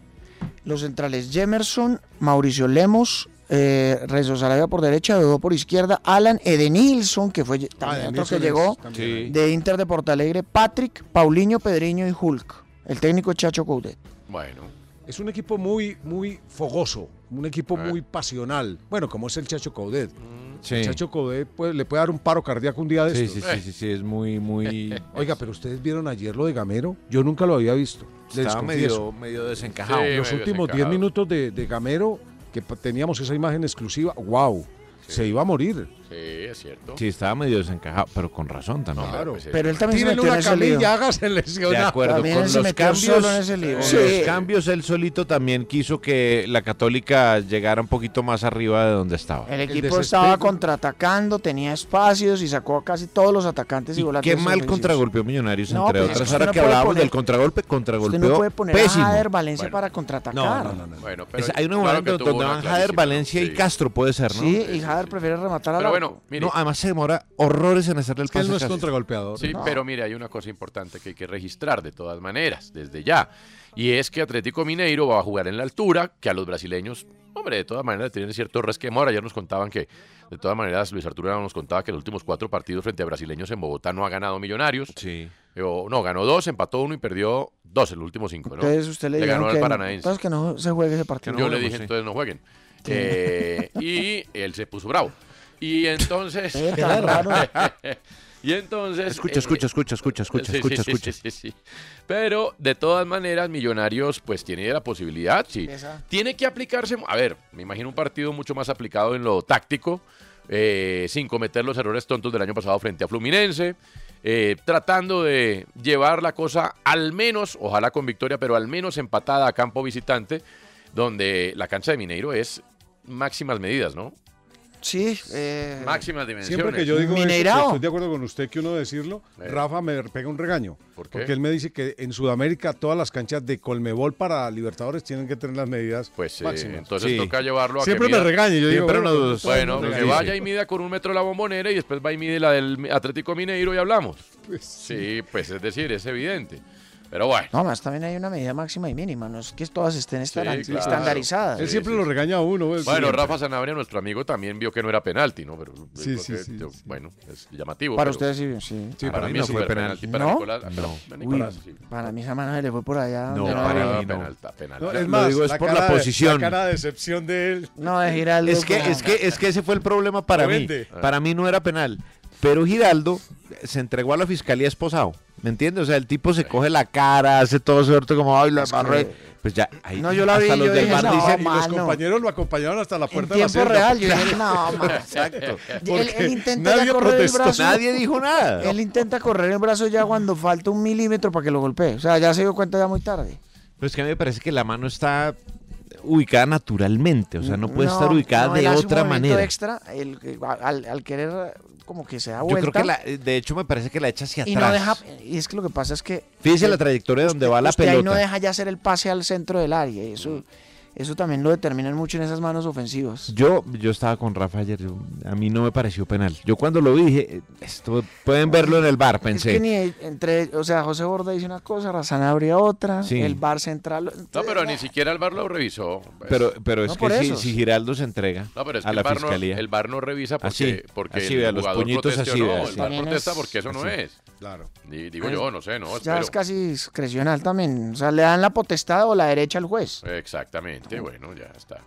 los centrales Jemerson, Mauricio Lemos, eh, Renzo Sarabia por derecha, Dodó por izquierda, Alan Edenilson, que fue Ah, también otro Danielson que es llegó, también ahí. de Inter de Porto Alegre, Patrick, Paulinho, Pedriño y Hulk. El técnico es Chacho Coudet. Bueno. Es un equipo muy, muy fogoso, un equipo Ah. muy pasional. Bueno, como es el Chacho Coudet. Mm. Sí. El Chacho Coudet pues, le puede dar un paro cardíaco un día de Sí, estos. sí, sí, sí, sí, es muy, muy. Oiga, pero ustedes vieron ayer lo de Gamero. Yo nunca lo había visto. Les Estaba confieso. medio, medio desencajado. Sí. medio Los últimos 10 desencajado. minutos de, de Gamero, que pa- teníamos esa imagen exclusiva, wow, se iba a morir. Sí, es cierto. Sí, estaba medio desencajado, pero con razón también. Claro. pues, eh, Pero él también se Tírenle metió en una ese lío. camilla, hágase De lesionar. acuerdo, También con él se los metió cambios, solo en ese lío. con Sí. los cambios él solito también quiso que la Católica llegara un poquito más arriba de donde estaba. El El equipo desespero. estaba contraatacando, tenía espacios y sacó a casi todos los atacantes y Y volantes. qué mal ofensivos. contragolpeó Millonarios, No, entre pues es otras. que Ahora usted no que puede hablábamos poner- del contragolpe, Usted contragolpeó no puede poner pésimo. a Jader Valencia Bueno. para No, contraatacar. no, no, no. Bueno, pero Es- Pues hay una claro jugada que tuvo donde una van Jader, clarísima, Valencia sí. Eh, y Castro, puede ser, ¿no? Sí, y Jader prefiere rematar a Pero bueno, Mire, No, además se demora horrores en hacerle el Es que él pase no es casi. contragolpeador. Sí, No. pero mire, hay una cosa importante que hay que registrar de todas maneras, desde ya. Y es que Atlético Mineiro va a jugar en la altura, que a los brasileños, hombre, de todas maneras tienen cierto resquemor. Ayer nos contaban que, de todas maneras, Luis Arturo nos contaba que en los últimos cuatro partidos frente a brasileños en Bogotá no ha ganado Millonarios. Sí. Eh, o- no, ganó dos, empató uno y perdió dos, el último cinco, ¿no? Entonces usted le, Le dijeron ganó al que, Paranaense. entonces que no se juegue ese partido. Yo no le pues volvemos, dije, pues sí. entonces no jueguen. Eh, y él se puso bravo. Y entonces... Eh, tan raro. y entonces... Escucha, eh, escucha, escucha, escucha, escucha, Sí, sí, escucha, sí, escucha. sí, sí, sí. Pero de todas maneras, Millonarios pues tiene la posibilidad, sí. Esa. Tiene que aplicarse, a ver, me imagino un partido mucho más aplicado en lo táctico, eh, sin cometer los errores tontos del año pasado frente a Fluminense, eh, tratando de llevar la cosa al menos, ojalá con victoria, pero al menos empatada a campo visitante, donde la cancha de Mineiro es máximas medidas, ¿no? Sí, eh, Máximas dimensiones. Siempre que yo digo Mineirao. esto, que estoy de acuerdo con usted que uno decirlo, Eh. Rafa me pega un regaño. ¿Por qué? Porque él me dice que en Sudamérica todas las canchas de Colmebol para Libertadores tienen que tener las medidas Pues eh, máximas. entonces Sí. toca llevarlo a que Siempre me mida- regaña, yo digo, Siempre bueno, pues, nos- entonces, Bueno, no que sí, regañe. vaya y mida con un metro la bombonera y después va y mide la del Atlético Mineiro y hablamos. sí, pues es decir, es evidente. Pero bueno, No, más también hay una medida máxima y mínima, no es que todas estén estaran- claro. estandarizadas. Él Sí, siempre sí, lo sí. regaña a uno. Pues ¿ves? bueno Siempre. Rafa Sanabria, nuestro amigo, también vio que no era penalti, ¿no? Pero Sí, creo sí, que, sí, yo- sí. bueno, es llamativo. Para pero ustedes sí, sí. Sí, para, mí no fue penalti. Para ¿No? Nicolás, para- para Uy, Nicolás, sí. para mí esa mano se le fue por allá. No, donde No, no, para era. mí no, no. penalta, penalta. No, Lo es más, digo es la por cara la de- posición. la cara de decepción de él. No, de Giraldo. pues, Ah. Es que, como- es, que, es que ese fue el problema para mí. Vende. Para mí no era penal. Pero Giraldo se entregó a la fiscalía esposado. ¿Me entiendes? O sea, el tipo se coge la cara, hace todo suerte como, ay, la Es que- embarré". Pues ya, ahí No, yo la hasta vi, los yo del dije, bar no, dicen, y los mano. compañeros lo acompañaron hasta la En puerta de la tiempo celda. real, yo dije, no, man. Exacto. Él, Porque él intenta ya nadie correr protestó. el brazo. nadie dijo nada. Él intenta correr el brazo ya cuando falta un milímetro para que lo golpee. O sea, ya se dio cuenta ya muy tarde. Pero es que a mí me parece que la mano está ubicada naturalmente. O sea, no puede estar ubicada no, él de hace un otra movimiento manera. extra, el- al, al querer como que se da Yo vuelta. creo que la, de hecho me parece que la echa hacia y atrás. no deja, y es que lo que pasa es que Fíjese la usted- trayectoria donde va la usted ahí no pelota. deja ya hacer el pase al centro del área, y eso eso también lo determinan mucho en esas manos ofensivas. Yo, yo estaba con Rafa ayer, yo- a mí no me pareció penal. Yo cuando lo vi dije, eh, esto pueden verlo en el bar, pensé. Es que ni entre, o sea, José Borda dice una cosa, Razanabria otra, Sí. el Bar Central. No, pero ni siquiera el bar lo revisó. pues. Pero, pero No es por que si, esos. si Giraldo se entrega No, pero es que a la el bar, no, fiscalía. el VAR no revisa porque, Así, porque así, el vea, los jugador puñitos protesta o así, no, vea, el así. VAR También protesta es- porque eso no así. es. Claro. Di- Digo yo, no sé, no, Ya espero. es casi discrecional también. O sea, le dan la potestad o la derecha al juez. Exactamente, bueno, ya está.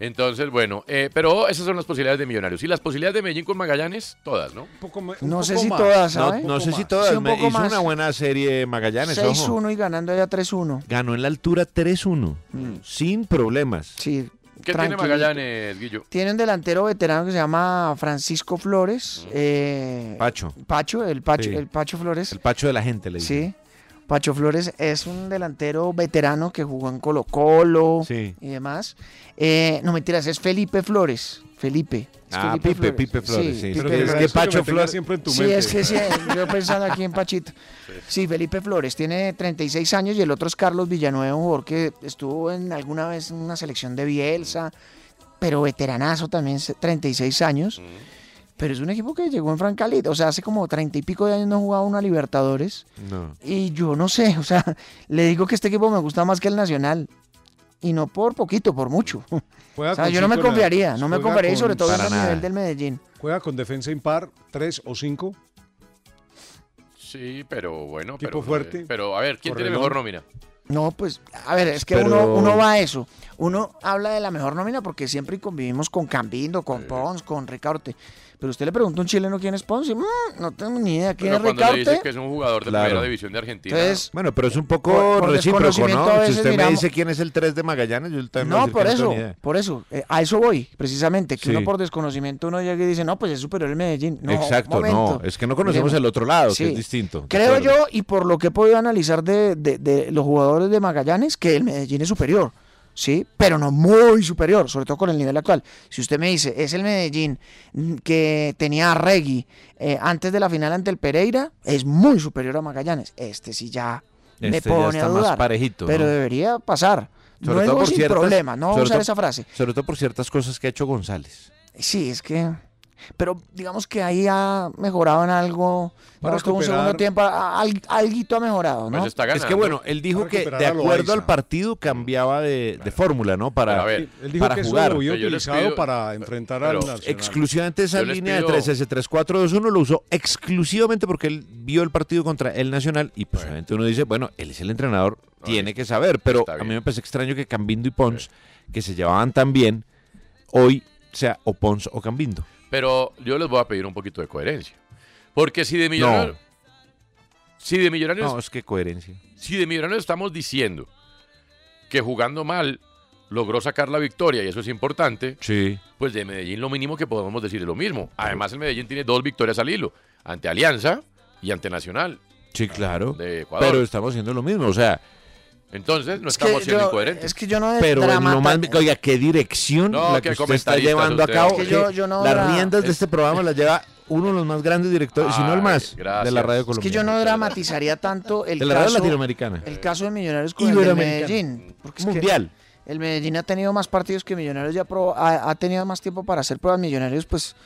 Entonces, bueno, eh, pero esas son las posibilidades de Millonarios. Y las posibilidades de Medellín con Magallanes, todas, ¿no? Un poco me- un No sé poco si más. todas, No, ¿sabe? no sé más. si todas, Sí, un me poco hizo más. una buena serie Magallanes. ojo. 6-1 y ganando ya 3-1. Ganó en la altura 3-1, sin problemas. Mm. Sí. ¿Qué tiene tranquilito. Magallanes, Guillo? Tiene un delantero veterano que se llama Francisco Flores. eh, Pacho, Pacho, el Pacho, Sí. el Pacho Flores. el Pacho de la gente le dice. Sí. Pacho Flores es un delantero veterano que jugó en Colo Colo Sí. y demás. Eh, no mentiras, es Felipe Flores. Felipe. Es Ah, Felipe Pipe, Pipe Flores, sí. Pipe Pero te Es que Flores. agradezco Pacho me tengas Flores- siempre en tu Sí, mente. es que sí, yo pensando aquí en Pachito. Sí, Felipe Flores tiene 36 años y el otro es Carlos Villanueva, un jugador que estuvo en alguna vez en una selección de Bielsa, pero veteranazo también, se- 36 años. Mm. Pero es un equipo que llegó en Francalit, o sea, hace como 30 y pico de años no jugaba una Libertadores. No. Y yo no sé, o sea, le digo que este equipo me gusta más que el Nacional. Y no por poquito, por mucho. Juega O sea, con yo no me cinco confiaría, en la- no me juega confiaría y con- sobre todo Para en el nada. nivel del Medellín. Juega con defensa impar, 3 o 5. Sí, pero bueno. Equipo pero, eh, fuerte. Pero a ver, ¿quién tiene Correlón. mejor nómina? No, pues, a ver, es que Pero- uno, uno va a eso. Uno habla de la mejor nómina porque siempre convivimos con Cambindo, con Pons, con Ricarte. Pero usted le pregunta a un chileno quién es Pons y "Mm, no tengo ni idea quién Bueno, es cuando le dices que Ricarte. es un jugador de Claro. primera división de Argentina. Entonces, Bueno, pero es un Por- poco por recíproco, desconocimiento a ¿no? veces Si usted me miramos- dice quién es el 3 de Magallanes, yo también No, voy a decir por que tengo eso, ni idea. por eso. Eh, a eso voy, precisamente. Que uno Sí. por desconocimiento uno llega y dice, no, pues es superior el Medellín. No, Exacto, momento. no. Es que no conocemos Miremos. el otro lado, Sí. que es distinto. de Creo acuerdo. yo, y por lo que he podido analizar de, de- de los jugadores de Magallanes, que el Medellín es superior, ¿sí? Pero no muy superior, sobre todo con el nivel actual. Si usted me dice, es el Medellín mm, que tenía a Regui eh, antes de la final ante el Pereira, es muy superior a Magallanes. Este sí ya me Este ya pone a está más dudar. parejito, Pero ¿no? debería pasar. Sobre no todo digo por sin ciertas- problema, no voy a sobre usar todo- esa frase. Sobre todo por ciertas cosas que ha hecho González. Sí, es que Pero digamos que ahí ha mejorado en algo. Para digamos que un recuperar- segundo tiempo, a- a- al- alguito ha mejorado, ¿no? Pues está ganando. Es que bueno, él dijo Para que recuperar de a Loaiza. acuerdo al partido cambiaba de, de fórmula, ¿no? Para Pero a ver, Él dijo para que jugar. eso lo había Yo les utilizado pido- para enfrentar pero al Nacional. exclusivamente esa Yo les línea pido- de 3S3-4-2-1 lo usó exclusivamente porque él vio el partido contra el Nacional y pues Bueno. obviamente uno dice, bueno, él es el entrenador, No, tiene es- que saber, pero está a mí bien. me parece extraño que Cambindo y Pons, que se llevaban tan bien, hoy sea o Pons o Cambindo. Pero yo les voy a pedir un poquito de coherencia. Porque si de millonarios. Si de millonarios. No, es que coherencia. Si de millonarios estamos diciendo que jugando mal logró sacar la victoria y eso es importante, Sí. pues de Medellín lo mínimo que podemos decir es lo mismo. Además, el Medellín tiene dos victorias al hilo: ante Alianza y ante Nacional Sí, claro. de Ecuador. Pero estamos haciendo lo mismo, o sea, Entonces, no Es que estamos siendo yo- incoherentes. Es que yo no pero en lo dramata- más, oiga, qué dirección No, la qué que usted está comentaristas llevando a ustedes. cabo. Es que yo- yo no las dra- riendas de este programa las lleva uno de los más grandes directores, si no el Ay, más, de la gracias. radio Es Es colombiana. que yo no dramatizaría tanto el de la radio caso, latinoamericana. el caso de Millonarios con el de Iberoamericana. Medellín. Porque es que Mundial. el Medellín ha tenido más partidos que Millonarios, ya pro- ha, ha tenido más tiempo para hacer pruebas. Millonarios, pues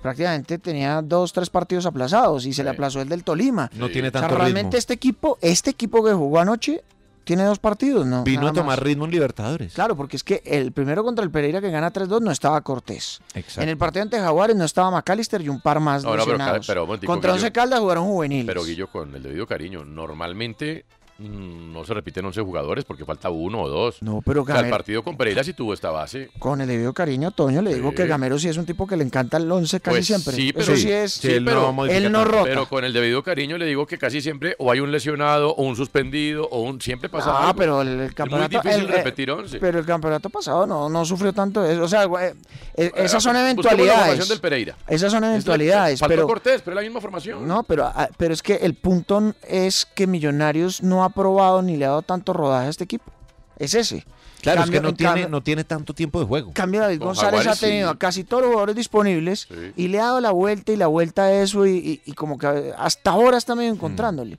prácticamente tenía dos, tres partidos aplazados y se le Sí. aplazó el del Tolima. no Sí. tiene O sea, tanto realmente ritmo. este equipo, este equipo que jugó anoche, tiene dos partidos, ¿no? Vino Nada a tomar más. ritmo en Libertadores. Claro, porque es que el primero contra el Pereira que gana 3-2 no estaba Cortés. Exacto. En el partido ante Jaguares no estaba McAllister y un par más No, no, pero, lesionados. pero un momentico, contra Guillo. Once Caldas jugaron juveniles. Pero Guillo, con el debido cariño, normalmente mm, no se repiten 11 jugadores porque falta uno o dos. no, pero O sea, el Gamero- partido con Pereira sí tuvo esta base. Con el debido cariño, Toño, le digo Sí. que Gamero sí es un tipo que le encanta el 11 casi Pues siempre. sí, pero- Eso sí es. Sí, pero modifica él no tanto. rota. Pero con el debido cariño le digo que casi siempre o hay un lesionado o un suspendido o un siempre pasa Ah, algo. pero el, campeonato. es muy difícil el- eh, repetir 11. pero el campeonato pasado no, no sufrió tanto de eso. O sea, eh, eh, esas son Eh, busquemos la formación eventualidades. del Pereira. Esas son Es la- eventualidades. Faltó Pero, Cortés, pero es la misma formación. no, pero, ah, pero es que el punto es que Millonarios no ha probado ni le ha dado tanto rodaje a este equipo. Es ese. Claro, Cambio- es que no en tiene, cambio- no tiene tanto tiempo de juego. cambio David Con González ha Jaguares, tenido sí. a casi todos los jugadores disponibles Sí. y le ha dado la vuelta y la vuelta a eso y, y- y como que hasta ahora está Mm. medio encontrándole.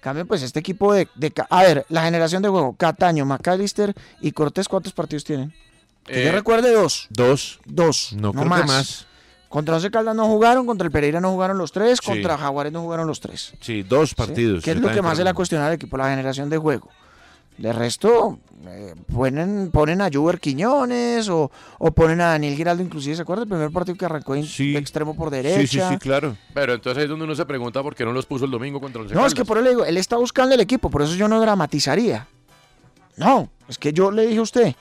Cambio, pues este equipo de, de ca- A ver, la generación de juego, Cataño, McAllister y Cortés, ¿cuántos partidos tienen? Que yo Eh, recuerde dos. Dos. Dos. No, No, creo más. que más. Contra Once Caldas no jugaron, contra el Pereira no jugaron los tres, Sí. contra Jaguares no jugaron los tres. ¿sí? Sí, dos partidos. Que es Yo lo que también más se le ha creo. cuestionado al equipo, la generación de juego. De resto, eh, ponen, ponen a Juber Quiñones o, o ponen a Daniel Giraldo, inclusive, ¿se acuerda? El primer partido que arrancó en- Sí. de extremo por Sí, sí, derecha. sí, claro. Pero entonces ahí es donde uno se pregunta por qué no los puso el domingo contra los no, es que por eso le digo, él está buscando el equipo, por eso yo no dramatizaría. No, es que yo le dije a usted,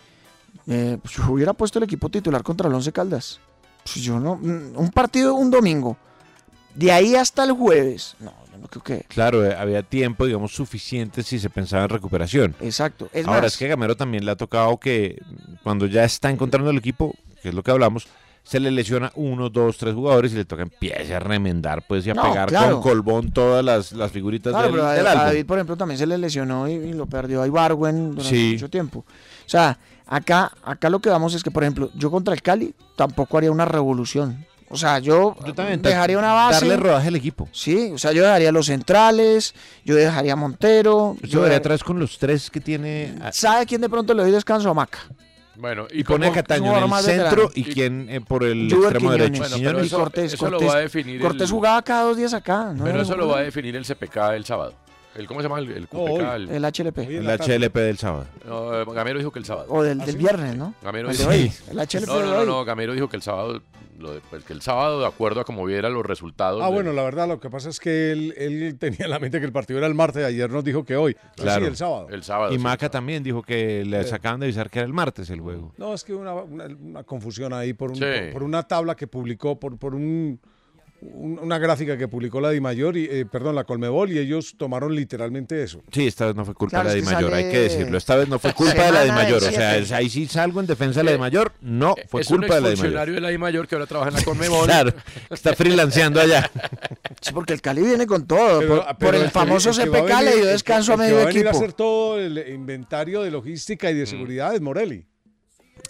eh, pues, yo hubiera puesto el equipo titular contra el Once Caldas. Pues yo no, mm, un partido un domingo, de ahí hasta el jueves. No, yo no creo que... Claro, eh, había tiempo, digamos, suficiente si se pensaba en recuperación. Exacto. Es Ahora más, es que Gamero también le ha tocado que cuando ya está encontrando el equipo, que es lo que hablamos, se le lesiona uno, dos, tres jugadores y le toca empieza a remendar, pues, y a No, pegar claro. con colbón todas las, las figuritas Claro, del, pero a, del a álbum. David, por ejemplo, también se le lesionó y, y lo perdió a Ibarwen durante Sí. mucho tiempo. O sea, acá, acá lo que vamos es que, por ejemplo, yo contra el Cali tampoco haría una revolución. O sea, yo, Yo también, ta- dejaría una base. Darle rodaje al equipo. sí, o sea, yo dejaría los centrales, yo dejaría a Montero. Yo yo veré dejaría- atrás con los tres que tiene. ah, a- ¿Sabe quién de pronto le doy descanso a Maca? Bueno, y, Y pone a cómo- Cataño en jugador el más centro veterano. y Y- quien eh, por el Juber extremo derecho. Quiñones. Bueno, Señores, pero Y eso, Cortés, eso lo Cortés- va a definir. Cortés el- jugaba cada dos días acá. ¿no? Pero Era eso un lo va a problema. definir el CPK del sábado. El, ¿Cómo se llama? El, el QPK, hoy. el- El HLP. Oye, el HLP del sábado. no, eh, Gamero dijo que el sábado. O del, del viernes, ¿no? Gamero El, dijo- de hoy, el HLP No, no, de no, hoy. no, Gamero dijo que el sábado, lo de- pues, que el sábado, de acuerdo a como viera los resultados. Ah, del- bueno, la verdad, lo que pasa es que él, él tenía en la mente que el partido era el martes, ayer nos dijo que hoy. Sí, Claro. sí, el sábado. el sábado. Y sí. Maca también dijo que le sacaban de avisar que era el martes el juego. No, es que una, una- una confusión ahí por, un- Sí. por, por una tabla que publicó, por, por un, un- una gráfica que publicó la Dimayor, y, eh, perdón, la Colmebol, y ellos tomaron literalmente eso. Sí, esta vez no fue culpa Claro, de la es de que mayor, hay sale- que decirlo. Esta vez no fue culpa de la de Semana de mayor. O sea, siete. es- ahí sí salgo en defensa de la de Eh, mayor. No, fue es un culpa de la de mayor. exfuncionario de la I mayor que ahora trabaja en la Conmebol. Claro, está freelanceando allá. Sí, porque el Cali viene con todo. Pero- ah, por pero por el, que- famoso que va a CPK le venir- dio descanso a el que- el medio que va a venir equipo. a hacer todo el inventario de logística Mm. y de seguridad es Morelli.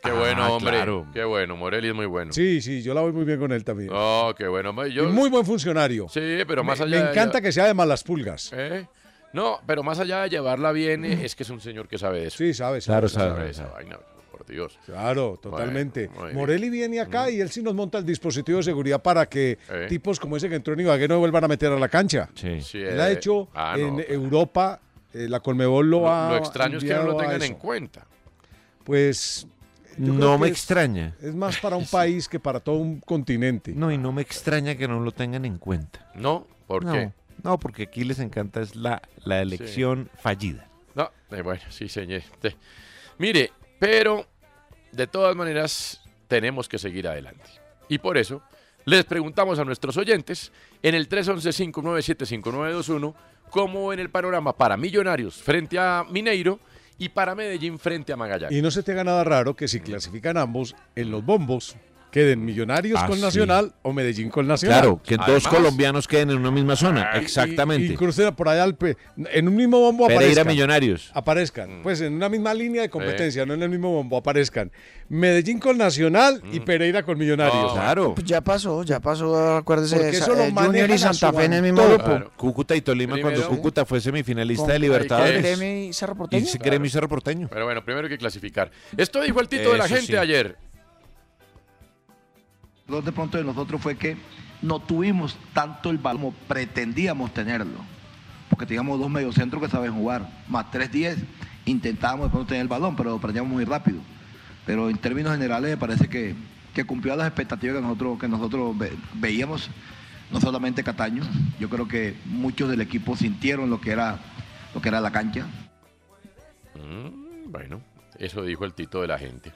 Qué bueno, Ah, hombre. claro. Qué bueno. Morelli es muy bueno. Sí, sí, yo la voy muy bien con él también. No, qué bueno. hombre, Y Yo, muy buen funcionario. sí, pero más me, allá. me encanta que sea de malas pulgas. que. No, pero más allá de llevarla bien, eh, es que es un señor que sabe de eso. Sí, sabes. Claro, sabes. pues, sabe. Esa vaina, por partidos. Claro, totalmente. Bueno, muy bien. Morelli viene acá y él sí nos monta el dispositivo de seguridad para que Eh. tipos como ese que entró en Ibagué no vuelvan a meter a la cancha. Sí. Sí, Él eh, ha hecho ah, no, en claro. Europa, eh, la Colmebol lo, ha. Lo, lo extraño es que no lo enviado a tengan en eso. cuenta. Pues. yo creo No que me es- extraña. Es más para un país que para todo un continente. No, y no me extraña que no lo tengan en cuenta. No, ¿por no, qué? No, porque aquí les encanta es la, la elección fallida. No, eh, bueno, sí, señor. Te- Mire, pero de todas maneras tenemos que seguir adelante. Y por eso les preguntamos a nuestros oyentes en el 311-597-5921 cómo en el panorama para Millonarios frente a Mineiro y para Medellín frente a Magallanes. Y no se te haga nada raro que si clasifican ambos en los bombos, queden Millonarios Ah, con sí. Nacional o Medellín con Nacional. Claro, que Además- dos colombianos queden en una misma zona. Y- Exactamente. Y, crucen por allá al pe- en un mismo bombo Pereira aparezcan. Millonarios. Mm. Aparezcan. Pues en una misma línea de competencia, no en el mismo bombo, aparezcan. Medellín con Nacional y Pereira con Millonarios. Mm. Claro. Pues ya pasó, ya pasó, acuérdese, Porque de esa- eso lo eh, Junior manejan a y su Santa Fe en el mismo antojo. grupo. Claro. Cúcuta y Tolima Primero- cuando Cúcuta fue semifinalista de Con- Ahí Libertadores. que Gremio y Cerro Y Porteño. se Gremio y Cerro Porteño. Pero bueno, primero hay que clasificar. Esto dijo el Tito de la Eso gente sí. ayer. Lo de pronto de nosotros fue que no tuvimos tanto el balón como pretendíamos tenerlo. Porque teníamos dos mediocentros que saben jugar, más 3-10. Intentábamos de pronto tener el balón, pero lo perdíamos muy rápido. Pero en términos generales me parece que, que cumplió las expectativas que nosotros, que nosotros ve- veíamos, no solamente Cataño. Yo creo que muchos del equipo sintieron lo que era, lo que era la cancha. Mm, Bueno, eso dijo el Tito de la gente.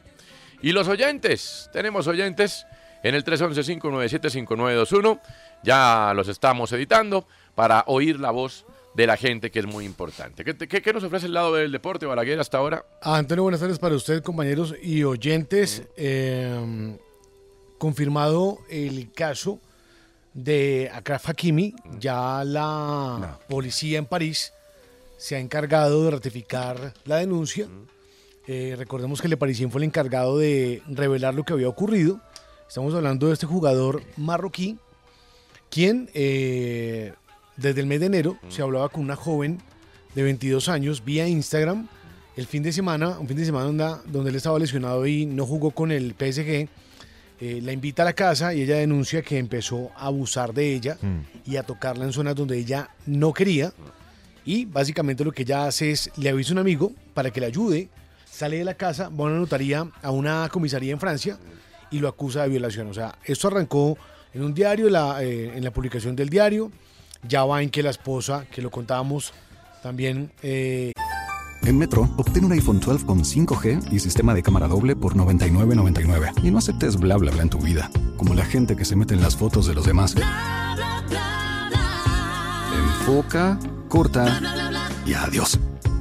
Y los oyentes, tenemos oyentes en el 311-597-5921. Ya los estamos editando para oír la voz de la gente, que es muy importante. ¿Qué, te- qué- qué nos ofrece el lado del deporte, Balaguer, hasta ahora? Antonio, buenas tardes para usted, compañeros y oyentes. Eh, confirmado el caso de Akraf Hakimi, ya la policía en París se ha encargado de ratificar la denuncia. Eh, recordemos que Le Parisien fue el encargado de revelar lo que había ocurrido. Estamos hablando de este jugador marroquí, quien eh, desde el mes de enero se hablaba con una joven de 22 años vía Instagram. El fin de semana, un fin de semana onda- donde él estaba lesionado y no jugó con el PSG, eh, la invita a la casa y ella denuncia que empezó a abusar de ella Mm. y a tocarla en zonas donde ella no quería. Y básicamente lo que ella hace es, le avisa a un amigo para que le ayude, sale de la casa, va a una notaría, a una comisaría en Francia y lo acusa de violación. O sea, esto arrancó en un diario, la, eh, en la publicación del diario. Ya va en que la esposa, que lo contábamos también eh, En Metro, obtén un iPhone 12 con 5G y sistema de cámara doble por $99.99. Y no aceptes bla bla bla en tu vida, como la gente que se mete en las fotos de los demás. Enfoca, corta y adiós.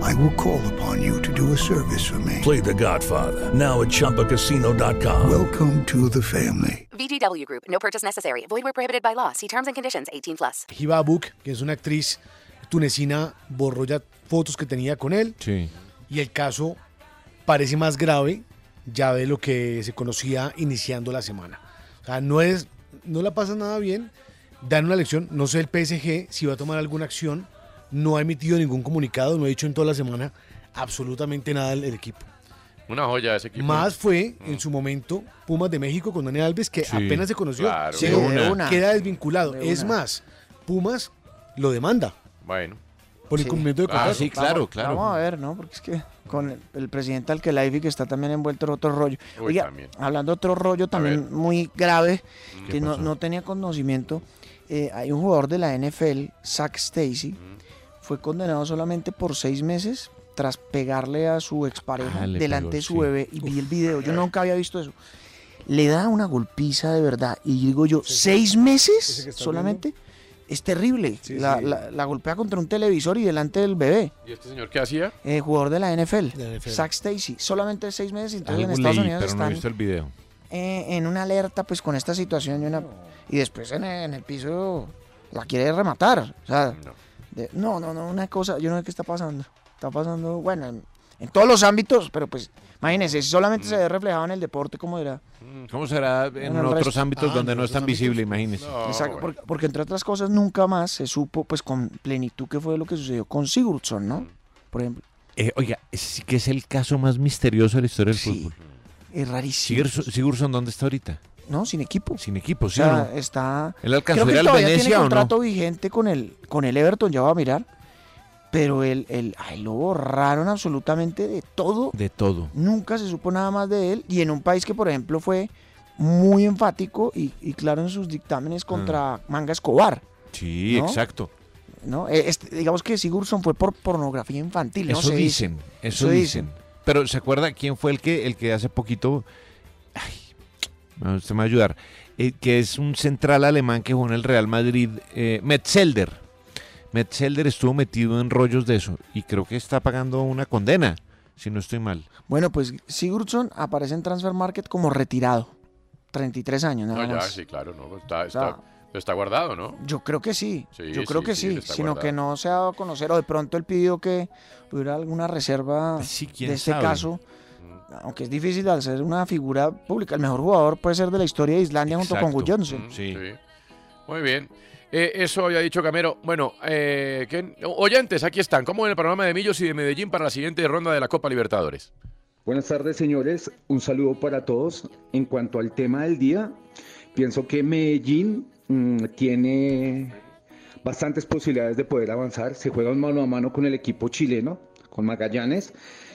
I will call upon you to do a service for me. Play The Godfather now at ChumbaCasino.com. Welcome to the family. VGW Group. No purchase necessary. Void where prohibited by law. See terms and conditions. 18 plus. Hiba Abuk, que es una actriz tunecina, borró ya fotos que tenía con él Sí. y el caso parece más grave ya de lo que se conocía iniciando la semana. O sea, no es, no la pasa nada bien, dan una lección, no sé el PSG si va a tomar alguna acción, no ha emitido ningún comunicado, no ha dicho en toda la semana absolutamente nada el, el equipo. Una joya de ese equipo. Más fue en su momento Pumas de México con Daniel Alves que Sí. apenas se conoció, Claro. pero De una. queda desvinculado. De es una. más, Pumas lo demanda Bueno, por Sí. incumplimiento de Ah, contrato. sí, claro, Vamos- claro. Vamos a ver, ¿no? Porque es que con el, el presidente Alquelaifi que está también envuelto en otro rollo. Uy, Oiga, también. hablando de otro rollo también ver. muy grave, que no, no tenía conocimiento, eh, hay un jugador de la NFL, Zach Stacy, fue condenado solamente por seis meses tras pegarle a su expareja Ah, le delante pegó, de su sí. bebé y vi el video. Yo nunca había visto eso. Le da una golpiza de verdad y digo yo, ¿seis meses que está solamente? es terrible. la, la- la golpea contra un televisor y delante del bebé. ¿Y este señor qué hacía? Eh, jugador de la NFL, De la NFL. Zach Stacy. Solamente seis meses y entonces en Algo Estados leí, Unidos pero no he están visto el video. eh, en una alerta pues con esta situación y, una, y después en, en el piso la quiere rematar. O sea, de- no. no, no, una cosa, yo no sé qué está pasando. Está pasando, bueno, en, en todos los ámbitos, pero pues imagínense, si solamente se ve reflejado en el deporte, ¿cómo dirá? Mm. ¿Cómo será en, Ah, En el otros resto. ámbitos Ah, donde en no es tan visible, imagínese? Exacto, porque, porque entre otras cosas nunca más se supo pues con plenitud qué fue lo que sucedió con Sigurdsson, Mm. ¿no? Por ejemplo, Eh, oiga, sí que es el caso más misterioso de la historia del fútbol. es rarísimo. Sigurdsson, Sigurdsson, ¿dónde está ahorita? No, sin equipo. Sin equipo, O sí. sea, ¿o no? está. ¿Él alcanzó creo a ir que al todavía Venecia tiene o no? contrato vigente con el, con el Everton, ya va a mirar. Pero él, él, a él lo borraron absolutamente de todo. De todo. Nunca se supo nada más de él. Y en un país que, por ejemplo, fue muy enfático y, y claro en sus dictámenes contra Ah. Manga Escobar. Sí, ¿no? exacto. ¿no? Eh, este, digamos que Sigurdsson fue por pornografía infantil. ¿no? Eso Se dice. dicen, eso dicen. Pero ¿se acuerda quién fue el que, el que hace poquito... Ay, usted me va a ayudar. Eh, que es un central alemán que jugó en el Real Madrid, eh, Metzelder. Metzelder estuvo metido en rollos de eso y creo que está pagando una condena, si no estoy mal. Bueno, pues Sigurdsson aparece en Transfer Market como retirado. 33 años, nada No, ya, más. sí, claro, no. pues Está, está, está guardado, ¿no? Yo creo que sí. Sí, Yo creo sí, que sí, sí. él está Sino guardado. que no se ha dado a conocer. O de pronto él pidió que hubiera alguna reserva Pues quién de este sabe. caso. Aunque es difícil al ser una figura pública. El mejor jugador puede ser de la historia de Islandia junto con Exacto. Gudjonsson. Mm, sí. Muy bien. Eh, eso había dicho Camero. Bueno, eh, ¿quién? oyentes, aquí están. ¿Cómo ven el programa de Millos y de Medellín para la siguiente ronda de la Copa Libertadores? Buenas tardes, señores. Un saludo para todos. En cuanto al tema del día, pienso que Medellín mm, tiene bastantes posibilidades de poder avanzar. Se juega un mano a mano con el equipo chileno, con Magallanes.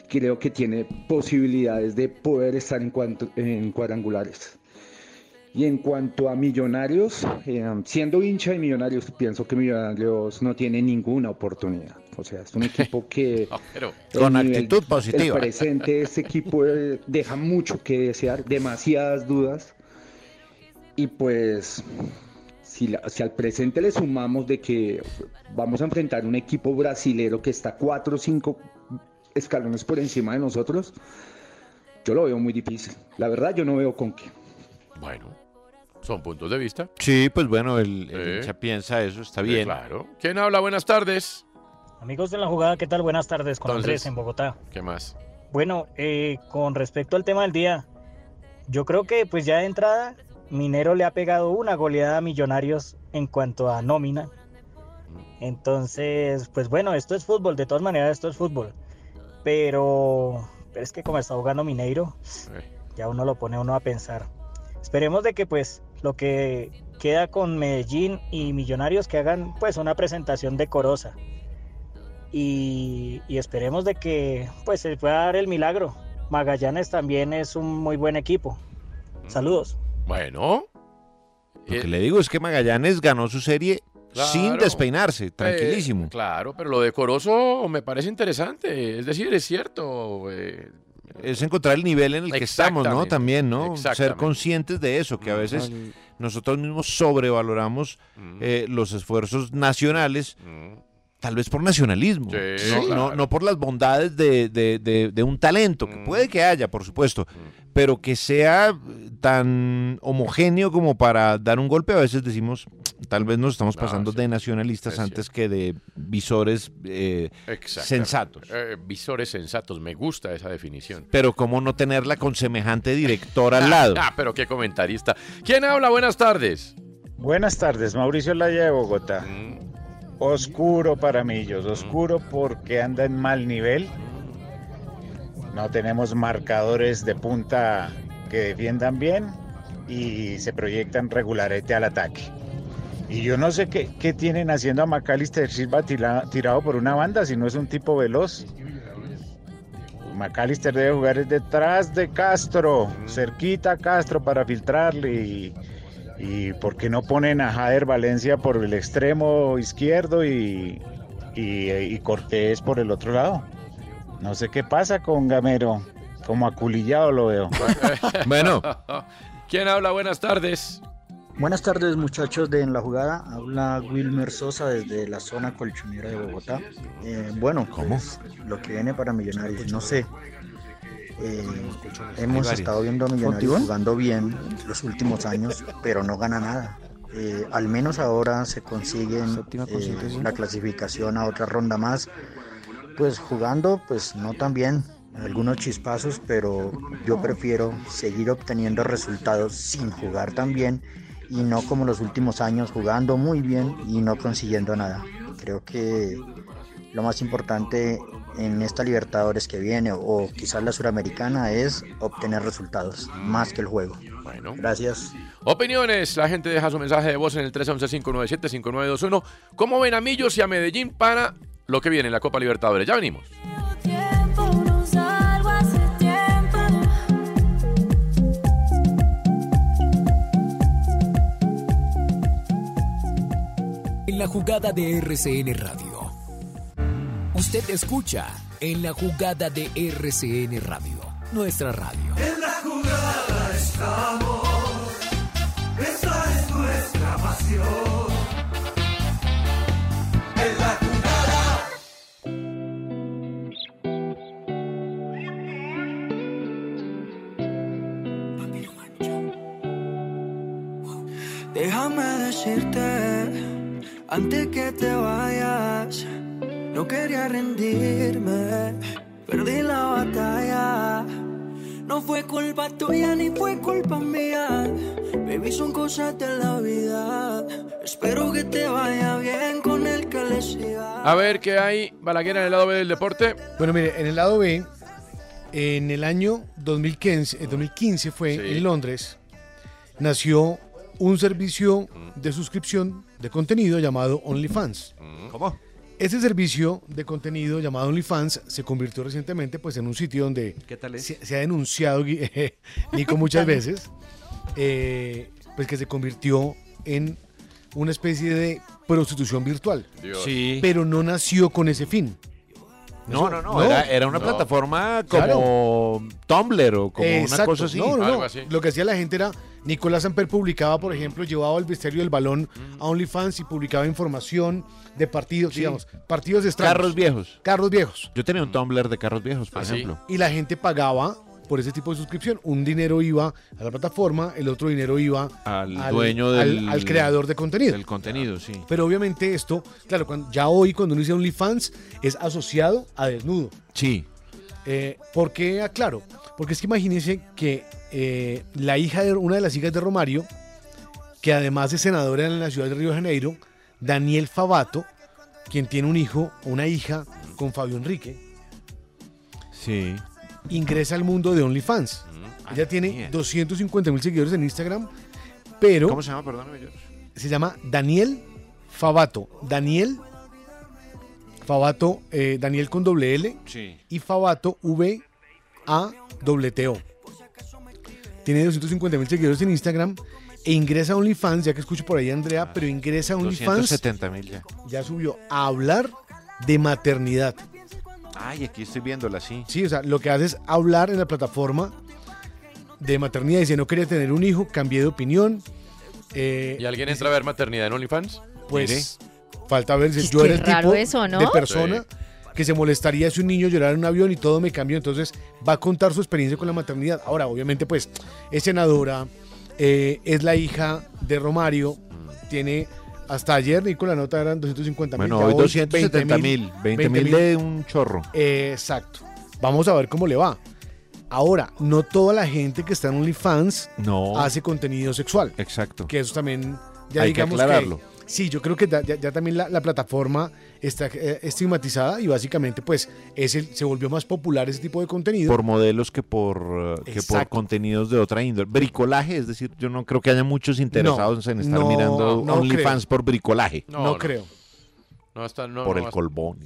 Creo que tiene posibilidades de poder estar en, cuanto- en cuadrangulares. Y en cuanto a Millonarios, eh, siendo hincha de Millonarios, pienso que Millonarios no tiene ninguna oportunidad. O sea, es un equipo que el Con nivel actitud del positiva. presente de este equipo eh, deja mucho que desear, demasiadas dudas. Y pues, si, la- si al presente le sumamos de que vamos a enfrentar un equipo brasilero que está cuatro o cinco escalones por encima de nosotros, yo lo veo muy difícil. La verdad, yo no veo con qué. Bueno, son puntos de vista. Eh, Sí, pues bueno, el, Sí. el hincha piensa eso, está Sí, bien. claro. ¿Quién habla? Buenas tardes. Amigos de la jugada, ¿qué tal? Buenas tardes, con Entonces- Andrés en Bogotá. ¿Qué más? Bueno, eh, con respecto al tema del día, yo creo que pues ya de entrada Minero le ha pegado una goleada a Millonarios en cuanto a nómina. Entonces, pues bueno, esto es fútbol, de todas maneras esto es fútbol. Pero, pero es que como está jugando Mineiro, ya uno lo pone a uno a pensar. Esperemos de que pues lo que queda con Medellín y Millonarios que hagan pues una presentación decorosa y, y esperemos de que pues se pueda dar el milagro. Magallanes también es un muy buen equipo. Saludos. Bueno. Eh, Lo que le digo es que Magallanes ganó su serie sin Claro. despeinarse, tranquilísimo. Eh, claro, pero lo decoroso me parece interesante. Es decir, es cierto. eh, es encontrar el nivel en el que estamos, ¿no? Exactamente, También, ¿no? Ser exactamente. conscientes de eso, que a veces Al- nosotros mismos sobrevaloramos eh, los esfuerzos nacionales, tal vez por nacionalismo, Sí, no, claro. no- no por las bondades de, de- de- de un talento, que puede que haya, por supuesto, pero que sea tan homogéneo como para dar un golpe, a veces decimos, tal vez nos estamos No, pasando de nacionalistas es antes que de visores eh, exactamente. sensatos. Eh, visores sensatos. Me gusta esa definición. Pero cómo no tenerla con semejante director al lado. Ah, pero qué comentarista. ¿Quién habla? Buenas tardes. Buenas tardes, Mauricio Laya de Bogotá. Oscuro para Millos, oscuro porque anda en mal nivel. No tenemos marcadores de punta que defiendan bien y se proyectan regularete al ataque. Y yo no sé qué, qué tienen haciendo a Macalister Silva tila- tirado por una banda si no es un tipo veloz. McAllister debe jugar es detrás de Castro, cerquita a Castro para filtrarle y, y ¿por qué no ponen a Jader Valencia por el extremo izquierdo y, y- y Cortés por el otro lado? No sé qué pasa con Gamero, como aculillado lo veo. Bueno. ¿Quién habla? Buenas tardes. Buenas tardes muchachos de En la Jugada, habla Wilmer Sosa desde la zona colchonera de Bogotá. Eh, bueno, ¿cómo? lo que viene para Millonarios, no sé. Eh, hemos varios. estado viendo a Millonarios ¿Fontibón? jugando bien los últimos años, pero no gana nada. Eh, al menos ahora se consiguen eh, la clasificación a otra ronda más. Pues jugando, pues no tan bien, algunos chispazos, pero yo prefiero seguir obteniendo resultados sin jugar tan bien y no como los últimos años jugando muy bien y no consiguiendo nada. Creo que lo más importante en esta Libertadores que viene o quizás la Suramericana es obtener resultados más que el juego. Bueno. Gracias. Opiniones. La gente deja su mensaje de voz en el 311-597-5921. ¿Cómo ven a Millos y a Medellín para lo que viene en la Copa Libertadores? Ya venimos. No salgo hace tiempo. En la jugada de RCN Radio. Usted escucha en la jugada de RCN Radio, nuestra radio. En la jugada estamos. Esta es nuestra pasión. En la jugada. Déjame decirte, antes que te vayas, no quería rendirme, perdí la batalla. No fue culpa tuya ni fue culpa mía, baby son cosas de la vida. Espero que te vaya bien con el que le siga. A ver qué hay. Balaguer en el lado B del deporte. Bueno, mire, en el lado B, en el año 2015, eh, 2015 fue en Londres, nació un servicio de suscripción de contenido llamado OnlyFans. ¿Cómo? Ese servicio de contenido llamado OnlyFans se convirtió recientemente pues, en un sitio donde Se, se ha denunciado, Gui- eh, Nico, muchas veces, eh, pues que se convirtió en una especie de prostitución virtual. Dios. Sí. Pero no nació con ese fin. No, no, no, era, era una No. plataforma Claro. como Tumblr o como una Exacto, cosa así. no, no, no. Lo que hacía la gente era, Nicolás Amper publicaba, por ejemplo, llevaba el vestuario del balón a OnlyFans y publicaba información de partidos, Sí. digamos, partidos extraños. Carros viejos. Carros viejos. Yo tenía un Tumblr de carros viejos, por ¿Ah, sí? ejemplo. Y la gente pagaba por ese tipo de suscripción. Un dinero iba a la plataforma, el otro dinero iba Al, dueño del... al- al creador de contenido. Del contenido, sí. Pero obviamente esto, claro, cuando- ya hoy cuando uno dice OnlyFans es asociado a desnudo. Sí. Eh, ¿Por qué aclaro? Porque es que imagínense que eh, la hija de una de las hijas de Romario, que además es senadora en la ciudad de Río de Janeiro, Daniel Fabato, quien tiene un hijo, una hija con Fabio Enrique, Sí. ingresa al mundo de OnlyFans. Mm, Ella tiene 250 mil seguidores en Instagram, pero ¿Cómo se llama? Perdóname. yo- se llama Daniel Fabato. Daniel Fabato, eh, Daniel con doble L Sí. y Fabato V A doble T O. Tiene 250 mil seguidores en Instagram e ingresa a OnlyFans, ya que escucho por ahí a Andrea, Ah, pero ingresa a OnlyFans, 270 mil ya. ya subió a hablar de maternidad. Ay, aquí estoy viéndola, sí. Sí, o sea, lo que hace es hablar en la plataforma de maternidad. Dice, no quería tener un hijo, cambié de opinión. Eh, ¿Y alguien entra a ver maternidad en OnlyFans? pues falta ver si Qué yo era el raro tipo eso, ¿no? de persona que se molestaría si un niño llorara en un avión y todo me cambió. Entonces va a contar su experiencia con la maternidad. Ahora, obviamente, pues es senadora, eh, es la hija de Romario, tiene hasta ayer, Nico, la nota eran 250 mil. Mm. Bueno, hoy 270 mil. 20 mil de un chorro. Exacto. Vamos a ver cómo le va. Ahora, no toda la gente que está en OnlyFans No. hace contenido sexual. Exacto. Que eso también, ya Hay que digamos aclararlo. sí, yo creo que da- ya, ya también la, la plataforma está eh, estigmatizada y básicamente pues es el- se volvió más popular ese tipo de contenido. Por modelos que por, eh, que por Exacto. contenidos de otra índole. Bricolaje, es decir, yo no creo que haya muchos interesados en estar no, mirando no OnlyFans por bricolaje. no, creo. No, está, no, por no el basta. colbón.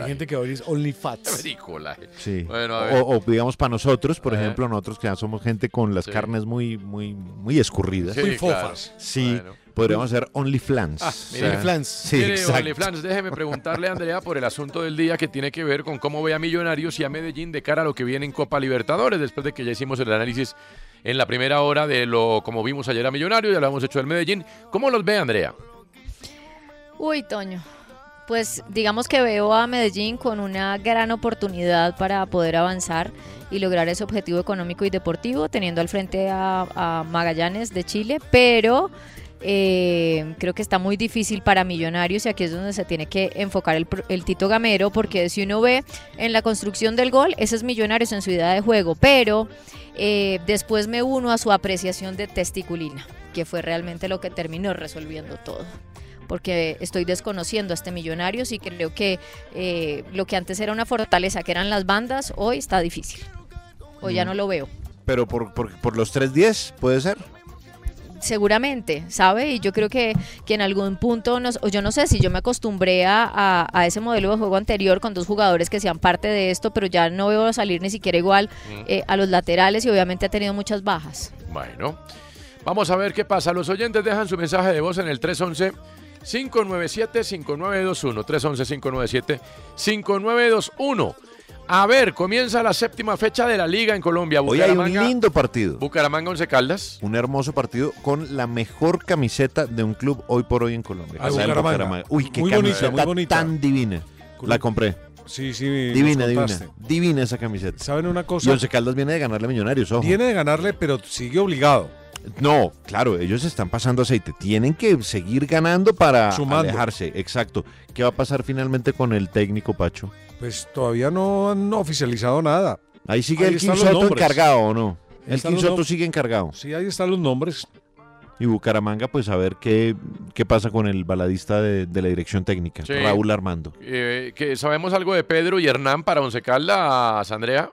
Hay gente que hoy es OnlyFats. Bricolaje. Sí. Bueno, a ver. o, o digamos para nosotros, por Ajá. ejemplo, nosotros que ya somos gente con las Sí. carnes muy, muy, muy escurridas. Sí, Muy fofas. claro. Sí, Bueno. podríamos hacer OnlyFlans. Ah, O mire. sea, Sí, Mire, exacto. OnlyFans, déjeme preguntarle a Andrea por el asunto del día que tiene que ver con cómo ve a Millonarios y a Medellín de cara a lo que viene en Copa Libertadores, después de que ya hicimos el análisis en la primera hora de lo como vimos ayer a Millonario, ya lo hemos hecho del Medellín. ¿Cómo los ve Andrea? Uy, Toño. Pues digamos que veo a Medellín con una gran oportunidad para poder avanzar y lograr ese objetivo económico y deportivo, teniendo al frente a, a Magallanes de Chile, pero eh, creo que está muy difícil para Millonarios y aquí es donde se tiene que enfocar el, pro- el Tito Gamero, porque si uno ve en la construcción del gol, ese es Millonarios en su idea de juego, pero eh, después me uno a su apreciación de testiculina, que fue realmente lo que terminó resolviendo todo porque estoy desconociendo a este Millonarios y creo que eh, lo que antes era una fortaleza, que eran las bandas, hoy está difícil. Hoy ya Mm. no lo veo. Pero por, por, por los 3-10, puede ser. seguramente, ¿sabe? Y yo creo que, que en algún punto, nos, o yo no sé si yo me acostumbré a, a- a ese modelo de juego anterior con dos jugadores que sean parte de esto, pero ya no veo salir ni siquiera igual Mm. eh, a los laterales y obviamente ha tenido muchas bajas. Bueno, vamos a ver qué pasa. Los oyentes dejan su mensaje de voz en el 311 597 5921 311 597 5921. A ver, comienza la séptima fecha de la liga en Colombia. Hoy hay un Bucaramanga- lindo partido. Bucaramanga Once Caldas. Un hermoso partido con la mejor camiseta de un club hoy por hoy en Colombia. Ah, O sea, el Bucaramanga. Uy, qué Muy bonita, camiseta muy bonita. tan divina. La compré. Sí, sí. nos Divina, contaste. divina. Divina esa camiseta. ¿Saben una cosa? Y Once Caldas viene de ganarle a Millonarios, ojo. Viene de ganarle, pero sigue obligado. No, claro, ellos están pasando aceite. Tienen que seguir ganando para Sumando. alejarse. Exacto. ¿Qué va a pasar finalmente con el técnico Pacho? Pues todavía no han oficializado nada. Ahí sigue el están los Quinsoto nombres. encargado, ¿o no? Ahí El están los Quinsoto nombres. sigue encargado. Sí, ahí están los nombres. Y Bucaramanga, pues a ver qué, qué pasa con el baladista de, de la dirección técnica, Sí. Raúl Armando. Eh, que sabemos algo de Pedro y Hernán para Once Caldas, Andrea.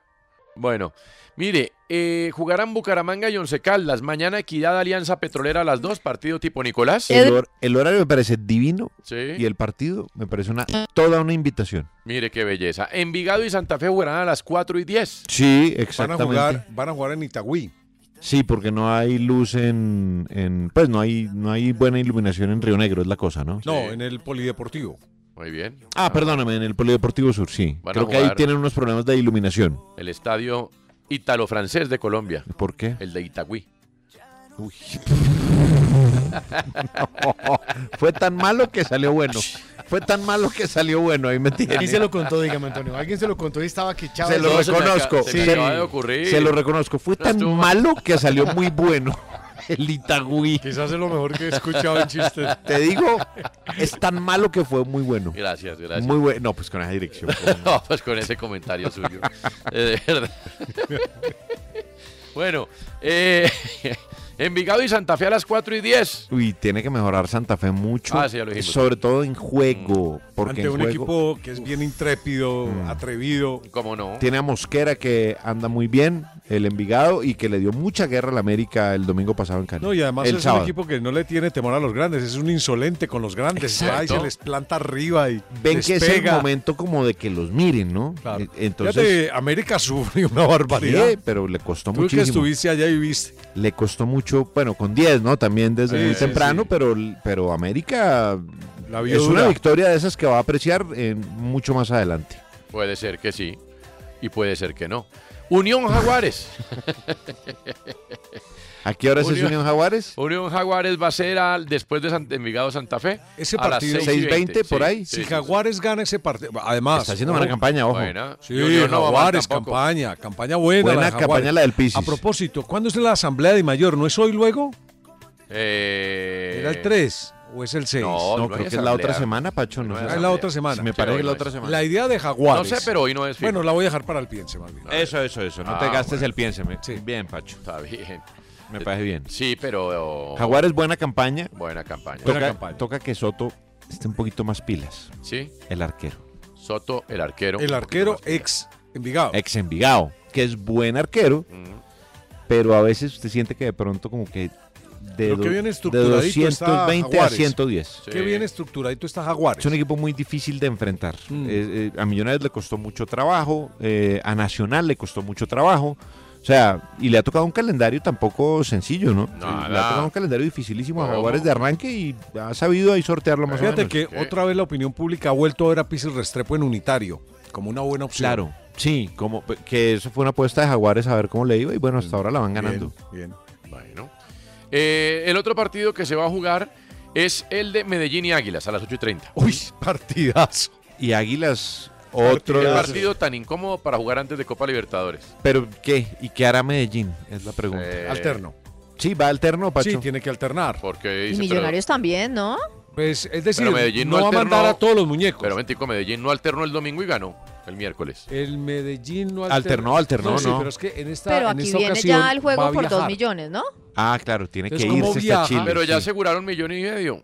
Bueno, mire, eh, jugarán Bucaramanga y Once Caldas. Mañana Equidad Alianza Petrolera a las dos, partido tipo Nicolás. El, hor- el horario me parece divino Sí. y el partido me parece una toda una invitación. Mire qué belleza. Envigado y Santa Fe jugarán a las 4 y 10. Sí, Van a exactamente. jugar, van a jugar en Itagüí. Sí, porque no hay luz en, en- pues no hay no hay buena iluminación en Río Negro, es la cosa, ¿no? No, en el Polideportivo. Muy bien. Ah, perdóname, en el Polideportivo Sur, sí. Van a Creo que ahí jugar. tienen unos problemas de iluminación. El estadio italo-francés de Colombia. ¿Por qué? El de Itagüí. Uy. No, fue tan malo que salió bueno. Fue tan malo que salió bueno, ahí me tiene. Alguien se lo contó, dígame Antonio. Alguien se lo contó y estaba que chavo. Se lo No, me reconozco. acaba- se me Se- acaba de ocurrir. Se lo reconozco. Fue tan malo que salió muy bueno. El Itagüí. Quizás es lo mejor que he escuchado en chistes. Te digo, es tan malo que fue muy bueno. Gracias, gracias. Muy bueno. No, pues con esa dirección. ¿cómo no? No, pues con ese comentario suyo. Eh, de verdad. bueno, eh, Envigado y Santa Fe a las 4 y 10. Uy, tiene que mejorar Santa Fe mucho. Ah, sí, ya lo dijimos. Mm. Sobre todo en juego. Porque Ante en un juego Mm. equipo que es bien intrépido, atrevido. ¿Cómo no? tiene a Mosquera que anda muy bien, el Envigado, y que le dio mucha guerra al América el domingo pasado en Cali. No, y además el es un sábado. equipo que no le tiene temor a los grandes, es un insolente con los grandes. va y Exacto. se les planta arriba y Ven les que es el pega. momento como de que los miren, ¿no? E- Entonces, Fíjate, América sufrió una barbaridad. ¿qué? pero le costó Tú que muchísimo. estuviste allá y viste. le costó mucho, bueno, con 10, ¿no? También desde Sí, muy sí, temprano, pero, pero América La vio es una dura. victoria de esas que va a apreciar eh, mucho más adelante. Puede ser que sí y puede ser que no. Unión Jaguares. ¿A qué hora es ese Unión Jaguares? Unión Jaguares va a ser al, después de San- de Envigado Santa Fe. Ese a las partido. 6 y 20, por sí, ahí. sí, si sí, Jaguares gana ese partido. Además. Está haciendo buena campaña, ojo. Buena. Sí, Y Unión no va mal Jaguares, tampoco. campaña. Campaña buena. Buena de Jaguares. campaña la del Pisis. A propósito, ¿cuándo es la asamblea de mayor? ¿No es hoy luego? Eh, ¿Era el 3 o es el 6? No, No, creo que es la otra semana, Pacho. No, Ah, sé. es la otra semana. Sí, me parece que es la otra semana. La idea de Jaguares. No sé, pero hoy no es fijo. Bueno, la voy a dejar para el piense, más bien. Eso, eso, eso. No Ah, te gastes bueno. el piénseme. Bien, Pacho. Está bien. Me parece bien. Sí, pero. Jaguares, buena campaña. Oh. Buena campaña. Toca, Buena campaña. toca que Soto esté un poquito más pilas. Sí. El arquero. Soto, el arquero. El arquero ex Envigado. Ex Envigado, que es buen arquero, pero a veces usted siente que de pronto como que de, Pero do- qué bien de estructuradito está 220 a Jaguares. 110. Qué bien estructuradito está Jaguares. Es Mm. un equipo muy difícil de enfrentar. Eh, eh, a Millonarios le costó mucho trabajo, eh, a Nacional le costó mucho trabajo. O sea, y le ha tocado un calendario tampoco sencillo, ¿no? Nada. Le ha tocado un calendario dificilísimo a Jaguares de arranque y ha sabido ahí sortearlo más o Fíjate menos. que otra vez la opinión pública ha vuelto a ver a Pisis Restrepo en unitario, como una buena opción. Claro. Sí, como que eso fue una apuesta de Jaguares a ver cómo le iba y bueno, hasta ahora la van ganando. Mm. Bien. Bueno. Eh, el otro partido que se va a jugar es el de Medellín y Águilas a las 8 y 30. Uy, partidazo. Y Águilas, otro de Qué los- partido tan incómodo para jugar antes de Copa Libertadores. Pero ¿qué? ¿Y qué hará Medellín? Es la pregunta. Eh, Alterno. Sí, va alterno, Pacho. Sí, tiene que alternar. Porque Y dice, Millonarios también, ¿no? Pues es pero, decir, pero Medellín no, no, va a alternó, mandar a todos los muñecos. Pero mentico, Medellín no alternó el domingo y ganó el miércoles. El Medellín no Alternó, alternó, sí, no. pero es que en esta, Pero en aquí esta viene ocasión ya el va juego a por dos viajar. millones, ¿no? Ah, claro, tiene que Entonces, irse ¿cómo hasta viaja? Chile. Pero ya sí. aseguraron millón y medio.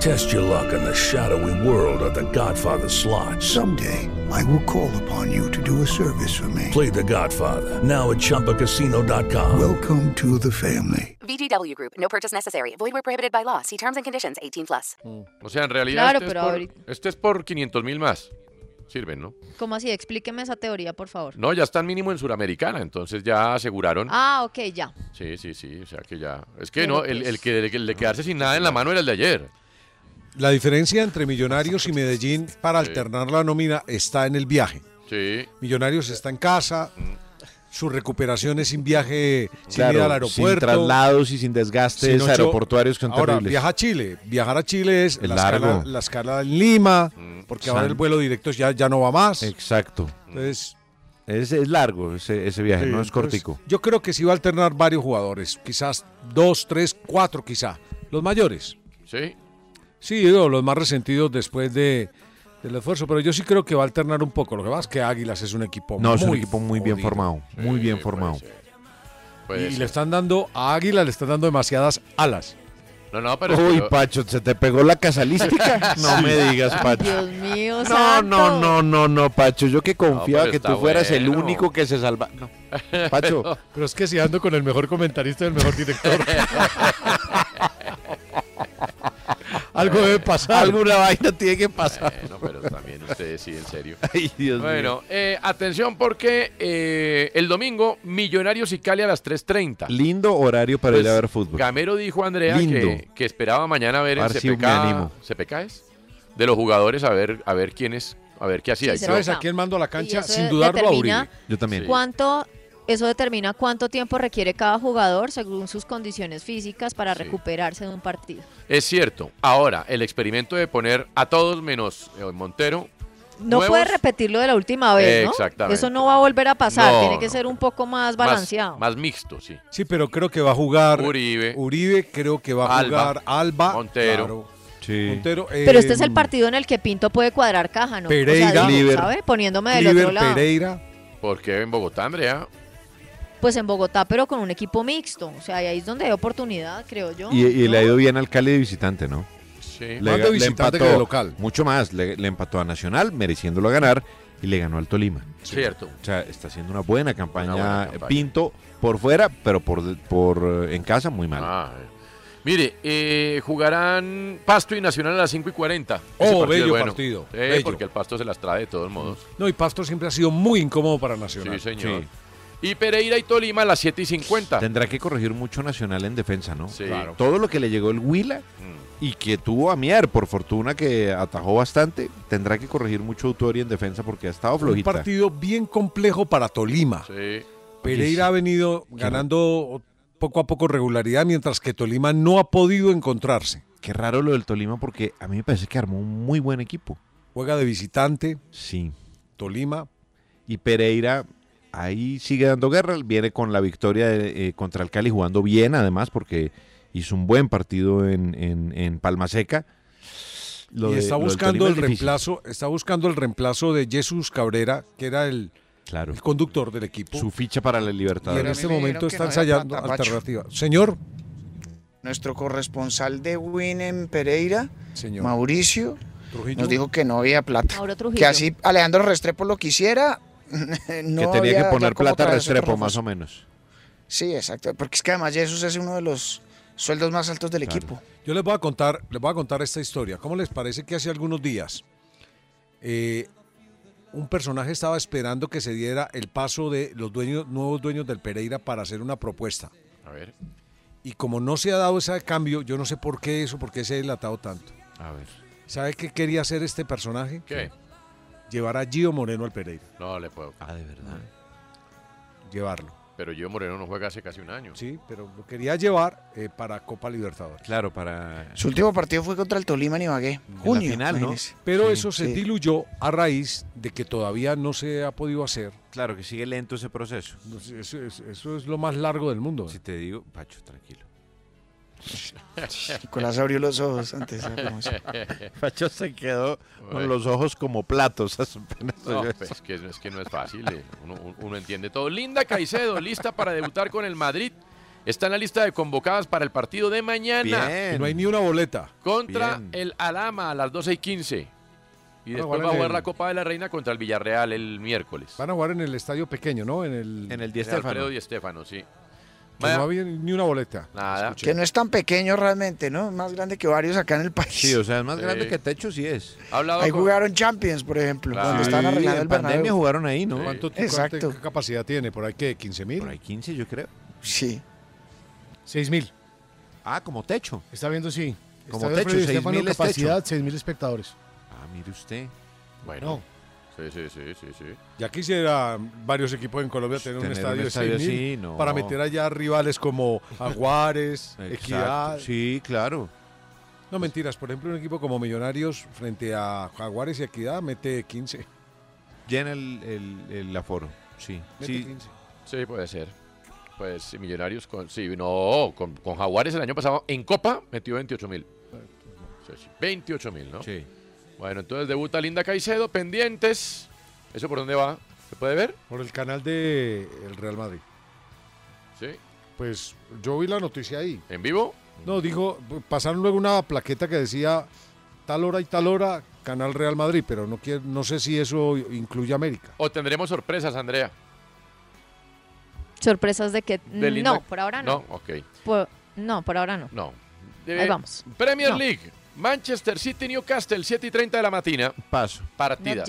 Test your luck in the shadowy world of The Godfather slot. Someday, I will call upon you to do a service for me. Play The Godfather now at ChumbaCasino.com. Welcome to the family. VGW Group. No purchase necessary. Void where prohibited by law. See terms and conditions. 18 plus. Mm. O sea, en realidad Claro, este, pero es por, ahorita- este es por 500 mil más. Sirven, ¿no? ¿Cómo así? Explíqueme esa teoría, por favor. No, ya están mínimo en Suramericana, entonces ya aseguraron. Ah, ok, ya. Sí, sí, sí, o sea que ya. Es que Pero no, el, pues- el que el de quedarse sin nada en la mano era el de ayer. La diferencia entre Millonarios y Medellín para alternar la nómina está en el viaje. Sí. Millonarios está en casa, su recuperación es sin viaje, sin Claro, ir al aeropuerto. sin traslados y sin desgastes sin ocho- aeroportuarios que son Ahora, terribles. viaja a Chile. Viajar a Chile es Es la, escala, largo. Mm. la escala en Lima, porque ahora San- el vuelo directo ya, ya no va más. Exacto. Entonces, Es, es largo ese, ese viaje, Sí, no es entonces, cortico. Yo creo que sí va a alternar varios jugadores, quizás dos, tres, cuatro, quizá. Los mayores. Sí. Sí, digo, los más resentidos después de, del esfuerzo, pero yo sí creo que va a alternar un poco. Lo que pasa es que Águilas es un equipo No, muy es un equipo muy bien jodido. formado. Muy bien formado. Puede y ser. le están dando a Águila, le están dando demasiadas alas. No, no, pero. Uy, pero- Pacho, ¿se te pegó la casalística? No Sí. me digas, Pacho. Dios mío, No, no, no, no, no, Pacho. Yo que No, confiaba pero que está tú fueras el bueno. único que se salva. No. Pacho. Pero es que si ando con el mejor comentarista y el mejor director. Algo debe pasar. Alguna vaina tiene que pasar. Bueno, pero también ustedes sí, en serio. Ay, Dios mío. Bueno, eh, atención porque eh, el domingo Millonarios y Cali a las 3.30. Lindo horario para ir a Pues, ver fútbol. Gamero dijo Andrea Lindo. que, que esperaba mañana ver A en ver si me CPK, animo. CPK es, de los jugadores a ver a ver quiénes a ver qué hacía. Sí, se ¿Sabes nota. a quién mando a la Y cancha? eso Sin dudarlo a determina Uribe. Yo también. ¿Cuánto, eso determina cuánto tiempo requiere cada jugador según sus condiciones físicas para recuperarse de un partido. Es cierto. Ahora, el experimento de poner a todos menos eh, Montero. No nuevos, puede repetirlo de la última vez, ¿no? Exactamente. Eso no va a volver a pasar. No, Tiene que no, ser un poco más más- balanceado. Más, mixto, sí. Sí, pero creo que va a jugar Uribe. Uribe, creo que va a Alba. jugar Alba. Montero. claro. Sí. Montero, Pero eh, este es el partido en el que Pinto puede cuadrar caja, ¿no? O sea, Pereira, digo, Cliver, ¿sabe? Poniéndome del Cliver, otro lado. Pereira. Porque en Bogotá, Andrea. Pues en Bogotá, pero con un equipo mixto. O sea, y ahí es donde hay oportunidad, creo yo. Y, y le ha ido bien al Cali de visitante, ¿no? Sí. Le, Más de ga- le visitante que empató de local. Mucho más. Le, le empató a Nacional, mereciéndolo a ganar, y le ganó al Tolima. Cierto. O sea, está haciendo una buena campaña. Una buena campaña. Pinto por fuera, pero por, de- por eh, en casa muy mal. Ah, eh. Mire, eh, jugarán Pasto y Nacional a las 5 y 40. Oh, Ese partido es bello bueno. partido, Sí, bello. porque el Pasto se las trae de todos modos. No, y Pasto siempre ha sido muy incómodo para Nacional. Sí, señor. Y Pereira y Tolima a las 7 y 50. Tendrá que corregir mucho Nacional en defensa, ¿no? Sí. Mm. Claro. Todo lo que le llegó el Huila y que tuvo a Mier, por fortuna que atajó bastante, tendrá que corregir mucho Autori en defensa porque ha estado Un flojita. partido bien complejo para Tolima. Sí. Pereira ha venido ganando poco a poco regularidad, mientras que Tolima no ha podido encontrarse. Qué raro lo del Tolima porque a mí me parece que armó un muy buen equipo. Juega de visitante, Sí. Tolima. Y Pereira ahí sigue dando guerra, viene con la victoria de- eh, contra el Cali jugando bien además porque hizo un buen partido en, en- en Palma Seca. Lo y de- está lo del buscando Tolima el es difícil. reemplazo, está buscando el reemplazo de Jesús Cabrera, que era el, el conductor del equipo. Su ficha para la y en Libertadores. este me dijeron momento que está no era ensayando Pata, Pacho. alternativa. Señor, Nuestro corresponsal de Win en Pereira, Señor. Mauricio, Trujillo. nos dijo que no había plata. Mauro Trujillo. Que así Alejandro Restrepo lo quisiera, no que tenía había que ya poner cómo plata a traerse otro Restrepo, refuerzo. más o menos. Sí, exacto. Porque es que además Jesús es uno de los sueldos más altos del equipo. Yo les voy a contar, les voy a contar esta historia. ¿Cómo les parece que hace algunos días eh, un personaje estaba esperando que se diera el paso de los dueños, nuevos dueños del Pereira para hacer una propuesta? A ver. Y como no se ha dado ese cambio, yo no sé por qué eso, por qué se ha dilatado tanto. A ver. ¿Sabe qué quería hacer este personaje? ¿Qué? Llevar a Gio Moreno al Pereira. No le puedo. Ah, de verdad. Llevarlo. Pero yo Moreno no juega hace casi un año. Sí, pero lo quería llevar eh, para Copa Libertadores. Claro, para. Su último partido fue contra el Tolima en Ibagué. Junio, imagínese. Pero Sí, eso se sí. diluyó a raíz de que todavía no se ha podido hacer. Claro, que sigue lento ese proceso. Eso es, eso es lo más largo del mundo. ¿eh? Si te digo, Pacho, tranquilo. Nicolás eh, abrió los ojos antes de la promoción. Pacho se quedó con Ay. los ojos como platos. apenas No, oyó eso. pues, es que, es que no es fácil. eh. Uno, un- uno entiende todo. Linda Caicedo, lista para debutar con el Madrid. Está en la lista de convocadas para el partido de mañana. Y No hay ni una boleta. Contra el Alama a las 12 y 15. Y Ah, después igual va a en jugar el- la Copa de la Reina contra el Villarreal el miércoles. Van a jugar en el estadio pequeño, ¿no? En el, en el De Alfredo y Estefano, sí. Pues no había ni una boleta. Nada. Que no es tan pequeño realmente, ¿no? Es Más grande que varios acá en el país. Sí, o sea, es más Sí. grande que techo, sí es. Ha hablado Ahí con- jugaron Champions, por ejemplo, Claro. cuando Sí, estaban arreglando en el pandemia Bernabéu. jugaron ahí, ¿no? ¿Cuánto, Sí. Exacto. cuánta- ¿Qué capacidad tiene? ¿Por ahí qué? ¿15 mil? Por ahí 15, yo creo. Sí. 6 mil. Ah, como techo. Está viendo, sí. Como Está techo, Alfredo 6.000 Estefano, es techo. capacidad, 6 mil espectadores. Ah, mire usted. Bueno. Sí, sí, sí, sí, sí. Ya quisiera varios equipos en Colombia tener, un Tener un estadio, de estadio 6.000 así, no. para meter allá rivales como Aguares, Exacto. Equidad. Sí, claro. No mentiras, por ejemplo, un equipo como Millonarios frente a Jaguares y Equidad mete 15. Llena el, el- el aforo, sí. Mete sí. 15. Sí, puede ser. Pues sí, Millonarios con. Sí, no, con, con Jaguares el año pasado en Copa metió 28 mil. 28 mil, ¿no? Sí. Bueno, entonces debuta Linda Caicedo, pendientes. ¿Eso por dónde va? ¿Se puede ver? Por el canal de el Real Madrid. Sí. Pues yo vi la noticia ahí. ¿En vivo? No, dijo, pasaron luego una plaqueta que decía tal hora y tal hora, Canal Real Madrid, pero no, quiero, no sé si eso incluye América. ¿O tendremos sorpresas, Andrea? Sorpresas de que de Linda- no, por ahora no. No, ok. Por- no, por ahora no. No. Eh, Ahí vamos. Premier No. League. Manchester City, Newcastle, 7 y 30 de la mañana. Paso. Partida.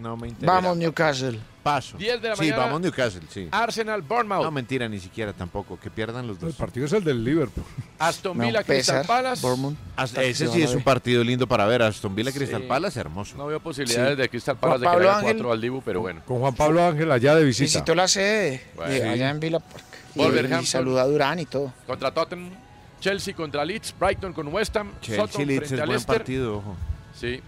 No me interesa. Vamos, Newcastle. Paso. 10 de la sí, mañana. vamos Newcastle, sí. Arsenal, Bournemouth. No, mentira, ni siquiera tampoco. Que pierdan los dos. El partido es el del Liverpool. Aston Villa, Crystal Palace. As- ese sí es un partido lindo para ver. Aston Villa Crystal Sí. Palace, hermoso. No veo posibilidades Sí. de Crystal Palace de que Pablo le haga Ángel. 4 al Dibu, pero bueno. Con Juan Pablo Ángel allá de visita. Visitó la sede Bueno. de Sí. allá en Villa Park. Y- Wolverhampton. Y saludó a Durán y todo. Contra Tottenham. Chelsea contra Leeds. Brighton con West Ham. Chelsea Soton Leeds frente es a buen Leicester. partido, ojo. Sí.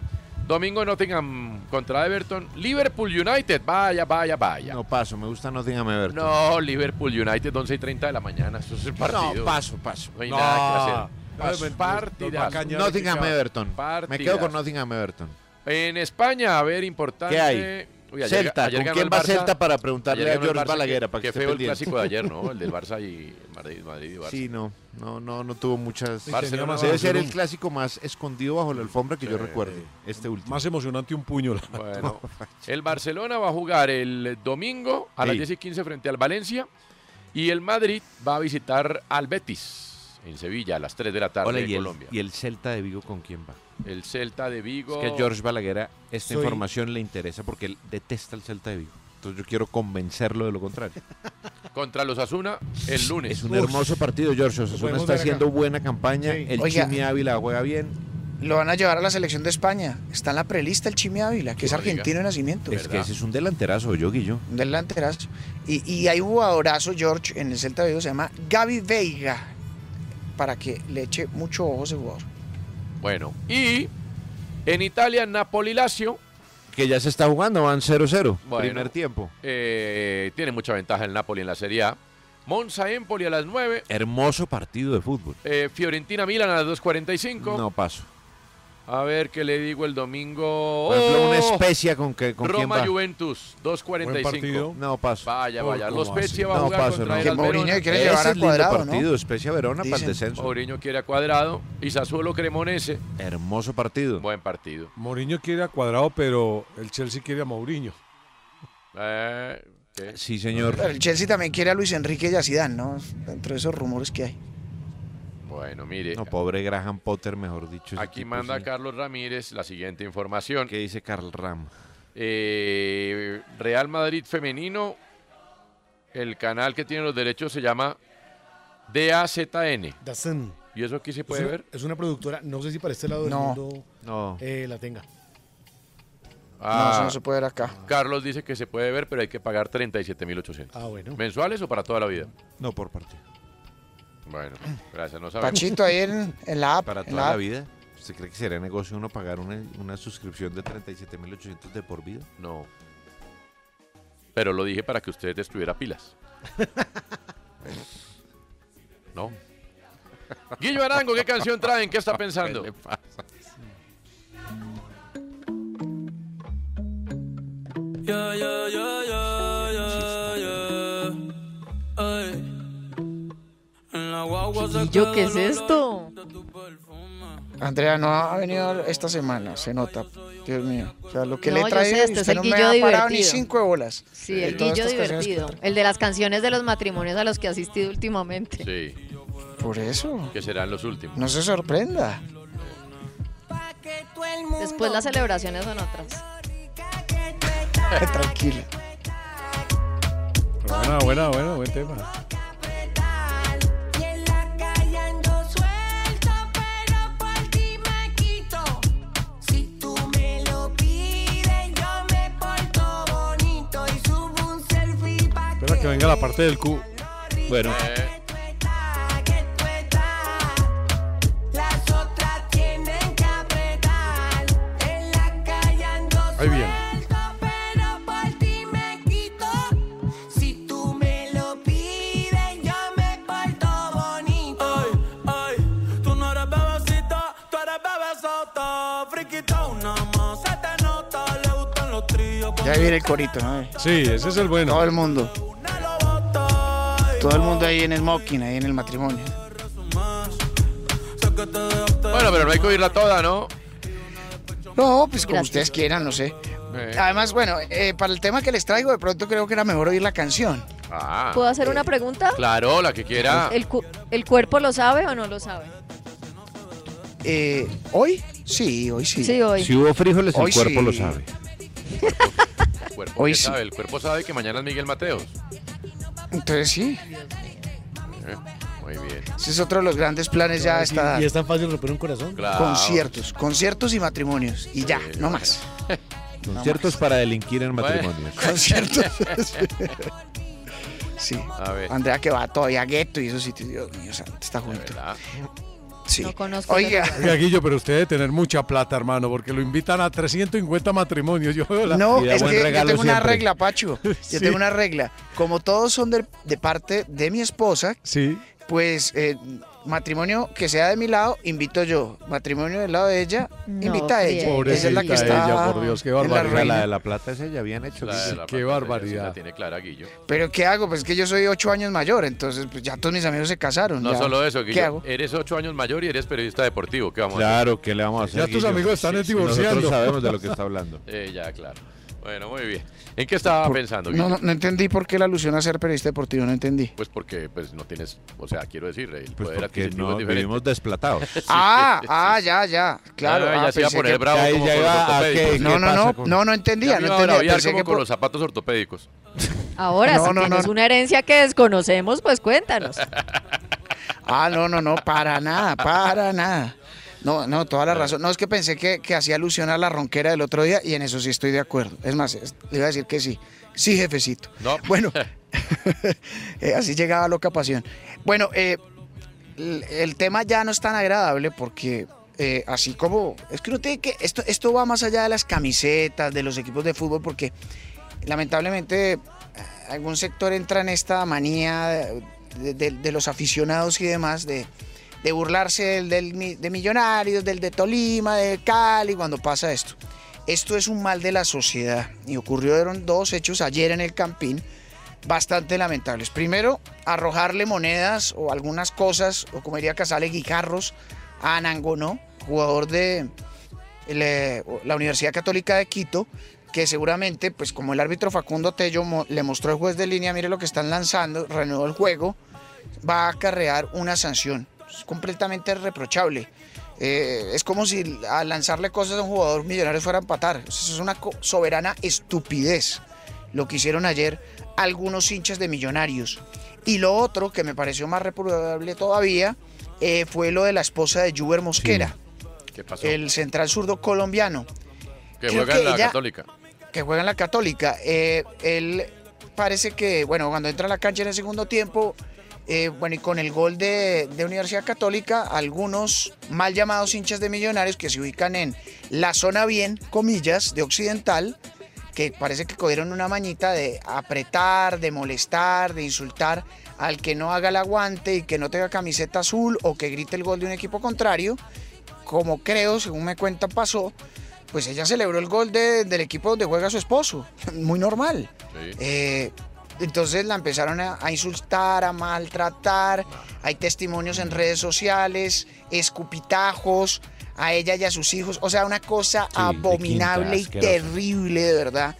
Domingo Nottingham contra Everton. Liverpool United. Vaya, vaya, vaya. No paso, me gusta Nottingham Everton. No, Liverpool United 11 y 30 de la mañana. Eso es el partido. No, paso, paso. No hay No. nada que Paso. hacer. Partidazo. Nottingham Everton. Me Partidazo. quedo con Nottingham Everton. En España, a ver, importante. ¿Qué hay? Uy, ayer- Celta, ayer ¿con ganó quién el va Barça. Celta para preguntarle Ayer a ganó el George Barça, Balaguer, que- para que que esté feo el pendiente. clásico de ayer, ¿no? El del Barça y Madrid, Madrid y Barça. Sí, no, no, no, no tuvo muchas. Sí, Barcelona, Debe Barcelona. ser el clásico más escondido bajo la alfombra que yo Sí. recuerdo. Este último. Más emocionante un puño. la verdad. Bueno, el Barcelona va a jugar el domingo a las Sí. 10 y 15 frente al Valencia y el Madrid va a visitar al Betis en Sevilla a las 3 de la tarde Hola, en ¿y, el, Colombia. y el Celta de Vigo con quién va? El Celta de Es Vigo. que a George Balaguer esta Soy- información le interesa porque él detesta el Celta de Vigo. Entonces yo quiero convencerlo de lo contrario. contra los Asuna el lunes. Es un hermoso partido, George. Osasuna podemos está ver acá. haciendo buena campaña. El Oiga. Chimi Ávila juega bien. Lo van a llevar a la selección de España. Está en la prelista el Chimi Ávila, que es No argentino diga. de nacimiento. Es que ese es un delanterazo, yo, Guillo. Un delanterazo. Y, y hay un jugadorazo, George, en el Celta Vigo, se llama Gaby Veiga. Para que le eche mucho ojo a ese jugador. Bueno, y en Italia, Napoli Lazio. Que ya se está jugando, van 0-0. Bueno. Primer tiempo. eh, tiene mucha ventaja el Napoli en la Serie A. Monza Empoli a las 9. Hermoso partido de fútbol. eh, Fiorentina Milan a las 2.45. No paso. A ver qué le digo el domingo. Por ejemplo, una ¡Oh! especia con que con quién Roma va. Juventus, 2.45. No paso. Oh, Vaya, vaya. Los Peche va a no, jugar paso, contra no. el Alverona. Ese es lindo partido, Especia Verona para el descenso. Mourinho quiere a Cuadrado y Sassuolo Cremonese. Hermoso partido. Buen partido. Mourinho quiere a Cuadrado, pero el Chelsea quiere a Mourinho. Eh, Sí, señor. Pero el Chelsea también quiere a Luis Enrique y a Zidane, ¿no? Dentro de esos rumores que hay. Bueno, mire. No, pobre Graham Potter, mejor dicho. ese Aquí tipo, manda sí. Carlos Ramírez la siguiente información. Eh, ¿Qué dice Carl Ram? Real Madrid femenino. El canal que tiene los derechos se llama DAZN. Dazn. ¿Y eso aquí se puede es una, ver? Es una productora, no sé si para este lado del No. mundo No. eh, la tenga. No, eso no se puede ver acá. Carlos dice que se puede ver, pero hay que pagar 37.800. Ah, bueno. ¿Mensuales o para toda la vida? No, por partido. Bueno, gracias, no sabemos. Pachito ahí en, en la app. Para en toda la app. vida. ¿Usted cree que sería negocio uno pagar una, una suscripción de 37.800 de por vida? No. Pero lo dije para que usted estuviera pilas. no. Guillo Arango, ¿qué canción traen? ¿Qué está pensando? ¿Qué pasa? Yeah, yeah, yeah, yeah, yeah, yeah. Ay. En la guagua se Yo, ¿qué queda es el esto? Andrea no ha venido esta semana, se nota. Dios mío. O sea, lo que No, le yo he traído sé, y esto es usted el no me guillo ha parado ni divertido. cinco de bolas. Sí, el De todas guillo estas canciones que divertido. tra- El de las canciones de los matrimonios a los que ha asistido últimamente. Sí. Por eso. Que serán los últimos. No se sorprenda. Después las celebraciones son otras. Tranquila. Buena, buena, buena, buen tema. Y en la calle ando suelta, pero por ti me quito. Si tú me lo pides, yo me porto bonito y subo un selfie pa' Espera que venga la parte del Q. Bueno. Eh. Las otras tienen que apretar. En la calle ando suelta, Ahí viene. pero por ti me quito. Si tú me lo pides, yo me porto bonito. Ay, ay, tú no eres bebecita, tú eres bebesota. Friquita una más, se te nota, le gustan los tríos. Ya viene el corito, ¿no? Sí, ese es el bueno. Todo el mundo. Todo el mundo ahí en smoking, ahí en el matrimonio. Bueno, pero no hay que oírla toda, ¿no? No, pues como ustedes quieran, no sé. Eh. Además, bueno, eh, para el tema que les traigo, de pronto creo que era mejor oír la canción. Ah. ¿Puedo hacer una pregunta? Claro, la que quiera. ¿El, cu- el cuerpo lo sabe o no lo sabe? Eh, ¿Hoy? Sí, hoy sí. Sí, hoy. Si hubo frijoles, el Hoy cuerpo sí. lo sabe. El cuerpo, Hoy ¿qué sí. sabe? El cuerpo sabe que mañana es Miguel Mateos. Entonces sí, Eh, Muy bien. ese es otro de los grandes planes ya a esta edad. Y es tan fácil romper un corazón. Claro. Conciertos, conciertos y matrimonios. Y ya, no más. Conciertos para delinquir en matrimonios. Conciertos. sí. A ver. Andrea que va todavía a gueto y esos sitios. Dios mío, santo, está junto. Sí. No conozco. Oiga. Oiga, Guillo, pero usted debe tener mucha plata, hermano, porque lo invitan a 350 matrimonios. Yo veo la... No, es que yo tengo una regla, Pacho. Yo tengo una regla. Como todos son del- de, parte de mi esposa, pues eh, matrimonio que sea de mi lado, invito yo. Matrimonio del lado de ella, invita a ella. ella es la que está. ella, por Dios, qué en la barbaridad. reina. La de la plata esa ya habían hecho. La de Sí, la qué plata, esa sí barbaridad. La tiene clara, Guillo. Pero ¿qué hago? Pues que yo soy ocho años mayor, entonces pues, ya todos mis amigos se casaron. No ya. solo eso, ¿Qué hago? Guillo. Eres ocho años mayor y eres periodista deportivo. ¿Qué vamos a hacer? Claro, ¿qué le vamos a hacer? Ya tus Guillo? amigos están Sí, sí, divorciando. Nosotros sabemos de lo que está hablando. Eh, ya, claro. Bueno, muy bien. ¿En qué estaba pensando, Guillo? No, no, no entendí por qué la alusión a ser periodista deportivo, no entendí. Pues porque pues no tienes, o sea, quiero decir, el poder Pues, Porque adquisitivo no, es diferente. vivimos desplatados. ah, ah, ya, ya. Claro. Ah, ya ah, se iba a pensé poner que- bravo como con los ortopédicos. No, no, no, no, no entendía, Ya me no iba a entendía. braviar Pensé como que con por- los zapatos ortopédicos. Ahora, No, si no, no, tienes no. una herencia que desconocemos, pues cuéntanos. Ah, no, no, no, para nada, para nada. No, no, toda la razón. No, es que pensé que, que hacía alusión a la ronquera del otro día y en eso sí estoy de acuerdo. Es más, es- le iba a decir que sí. Sí, jefecito. No. Bueno, eh, así llegaba loca pasión. Bueno, eh, el, el tema ya no es tan agradable porque eh, así como... Es que uno tiene que... Esto, esto va más allá de las camisetas, de los equipos de fútbol, porque lamentablemente eh, algún sector entra en esta manía de, de- de los aficionados y demás de, de burlarse del, del mi- de Millonarios, del de Tolima, de Cali, cuando pasa esto. Esto es un mal de la sociedad y ocurrieron dos hechos ayer en el Campín bastante lamentables. Primero, arrojarle monedas o algunas cosas, o como diría Casale, guijarros a Anangonó, jugador de el, eh, la Universidad Católica de Quito, que seguramente, pues como el árbitro Facundo Tello mo- le mostró al juez de línea, mire lo que están lanzando, reanudó el juego, va a acarrear una sanción. Es completamente reprochable. Eh, es como si al lanzarle cosas a un jugador millonario fuera a empatar. Eso es una co- soberana estupidez lo que hicieron ayer algunos hinchas de millonarios. Y lo otro que me pareció más reprobable todavía eh, fue lo de la esposa de Juber Mosquera, ¿Qué pasó? el central zurdo colombiano que creo juega que en la ella- Católica. que juega en la Católica. Eh, él parece que, bueno, cuando entra a la cancha en el segundo tiempo, eh, bueno, y con el gol de, de Universidad Católica, algunos mal llamados hinchas de Millonarios que se ubican en la zona bien, comillas, de Occidental, que parece que cogieron una mañita de apretar, de molestar, de insultar al que no haga el aguante y que no tenga camiseta azul o que grite el gol de un equipo contrario, como creo, según me cuenta, pasó, pues ella celebró el gol de- del equipo donde juega su esposo, muy normal. Eh, entonces la empezaron a, a insultar, a maltratar, hay testimonios en redes sociales, escupitajos a ella y a sus hijos, o sea, una cosa abominable y asquerosa. terrible, de verdad.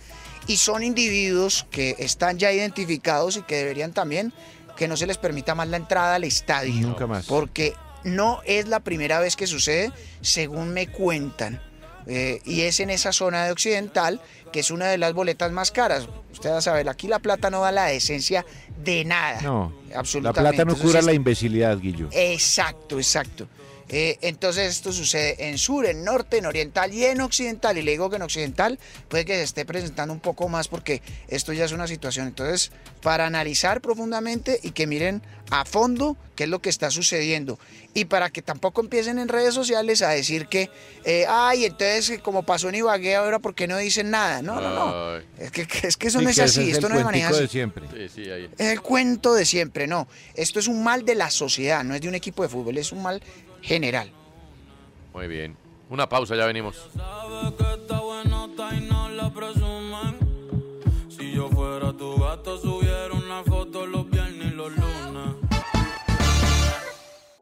Y son individuos que están ya identificados y que deberían también que no se les permita más la entrada al estadio. Nunca más. Porque no es la primera vez que sucede, según me cuentan. Eh, y es en esa zona de Occidental, que es una de las boletas más caras. Usted va a saber, aquí la plata no da la esencia de nada. No, la Eh, absolutamente. plata no Entonces, Eh, cura la imbecilidad, Guillo. Exacto, exacto. Eh, entonces esto sucede en sur, en norte, en oriental y en occidental. Y le digo que en occidental puede que se esté presentando un poco más porque esto ya es una situación. Entonces, para analizar profundamente y que miren a fondo qué es lo que está sucediendo. Y para que tampoco empiecen en redes sociales a decir que, eh, ay, entonces eh, como pasó en Ibagué ahora, ¿por qué no dicen nada? No, no, no. Ay. Es que, que- es que eso Sí, no es Ah. que ese así, es esto el no es manera cuentico así. de siempre. Sí, sí, ahí. Es el cuento de siempre, no. Esto es un mal de la sociedad, no es de un equipo de fútbol, es un mal general. Muy bien. Una pausa, ya venimos. Si yo fuera tu gato, subiera una foto los viernes y los lunes.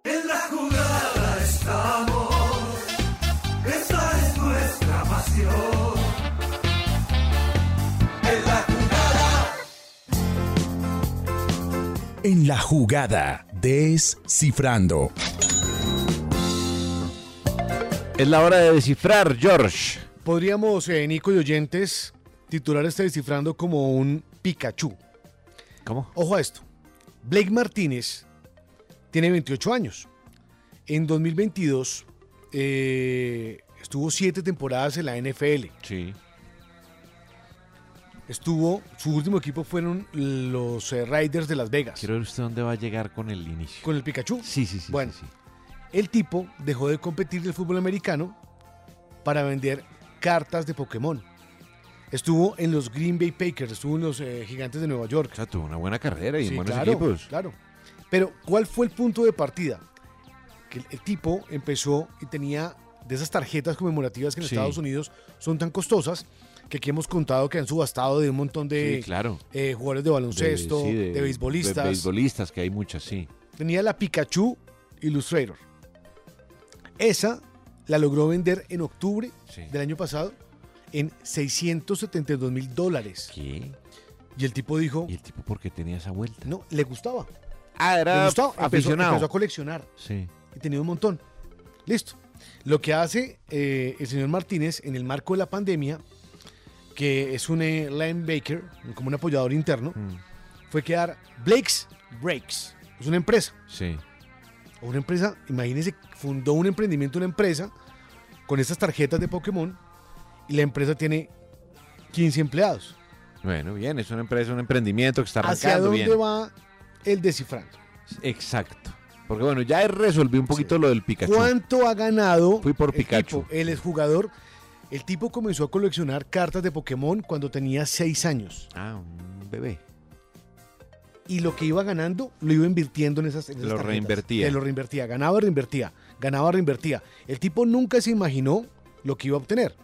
En la jugada estamos. Esta es nuestra pasión. En la jugada. En la jugada, descifrando. Es la hora de descifrar, George. Podríamos, eh, Nico y oyentes, titular este descifrando como un Pikachu. ¿Cómo? Ojo a esto. Blake Martínez tiene 28 años. En 2022 eh, estuvo siete temporadas en la NFL. Sí. Estuvo, su último equipo fueron los eh, Raiders de Las Vegas. Quiero ver usted dónde va a llegar con el inicio. ¿Con el Pikachu? Sí, sí, sí. Bueno, el tipo dejó de competir del fútbol americano para vender cartas de Pokémon. Estuvo en los Green Bay Packers, estuvo en los eh, Gigantes de Nueva York. O sea, tuvo una buena carrera y en Sí, buenos claro, equipos. Claro. Pero, ¿cuál fue el punto de partida? Que el, el tipo empezó y tenía de esas tarjetas conmemorativas que en Sí. Estados Unidos son tan costosas que aquí hemos contado que han subastado de un montón de Sí, claro. eh, jugadores de baloncesto, sí, de, beisbolistas. De beisbolistas, que hay muchas, sí. Tenía la Pikachu Illustrator. Esa la logró vender en octubre del año pasado en 672 mil dólares. ¿Qué? Y el tipo dijo... ¿Y el tipo por qué tenía esa vuelta? No, le gustaba. Ah, era Le gustaba. Empezó- aficionado. empezó a coleccionar Sí. y tenía un montón. Listo. Lo que hace eh, el señor Martínez en el marco de la pandemia, que es un eh, linebacker, como un apoyador interno, Mm. fue crear Blake's Breaks. Es una empresa. Sí. Una empresa, imagínense, fundó un emprendimiento, una empresa, con estas tarjetas de Pokémon, y la empresa tiene 15 empleados. Bueno, bien, es una empresa, un emprendimiento que está ¿Hacia arrancando dónde bien. va el descifrando? Exacto. Porque bueno, ya resolví un poquito lo del Pikachu. ¿Cuánto ha ganado Fui por el Pikachu. tipo? Él es jugador. El tipo comenzó a coleccionar cartas de Pokémon cuando tenía 6 años. Ah, un bebé. y lo que iba ganando lo iba invirtiendo en esas, en esas Lo tarjetas. reinvertía. Eh, Lo reinvertía, ganaba, reinvertía, ganaba, reinvertía. El tipo nunca se imaginó lo que iba a obtener.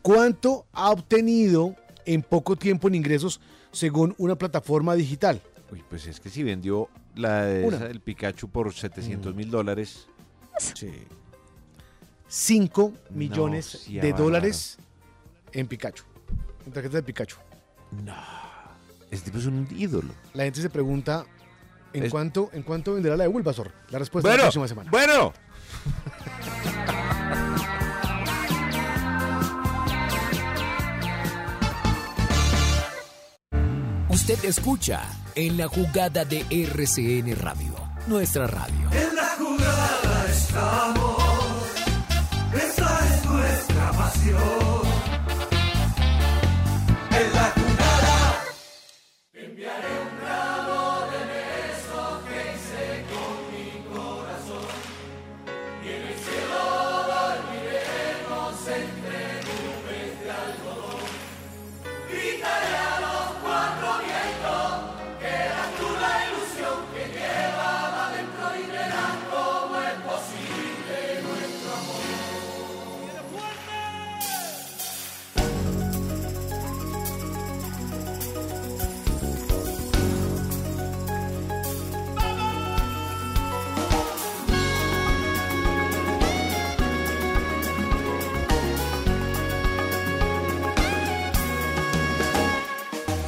¿Cuánto ha obtenido en poco tiempo en ingresos según una plataforma digital? Uy, pues es que si vendió la de Una. Mm. esa del Pikachu por 700 mil dólares. Sí. 5 millones sí, de avalaron. dólares en Pikachu. En tarjetas de Pikachu. Este tipo es un ídolo. La gente se pregunta ¿en, Es- cuánto, ¿en cuánto venderá la de Bulbasaur? La respuesta Bueno, la próxima semana. bueno. Usted escucha en la jugada de RCN Radio, nuestra radio. En la jugada estamos, esa es nuestra pasión. En la jugada. Enviaré un ramo de besos que hice con mi corazón. Y en el cielo dormiremos entre nubes de algodón. Gritaré a los cuatro vientos que eras tú la ilusión que llevaba dentro y verás cómo es posible nuestro amor.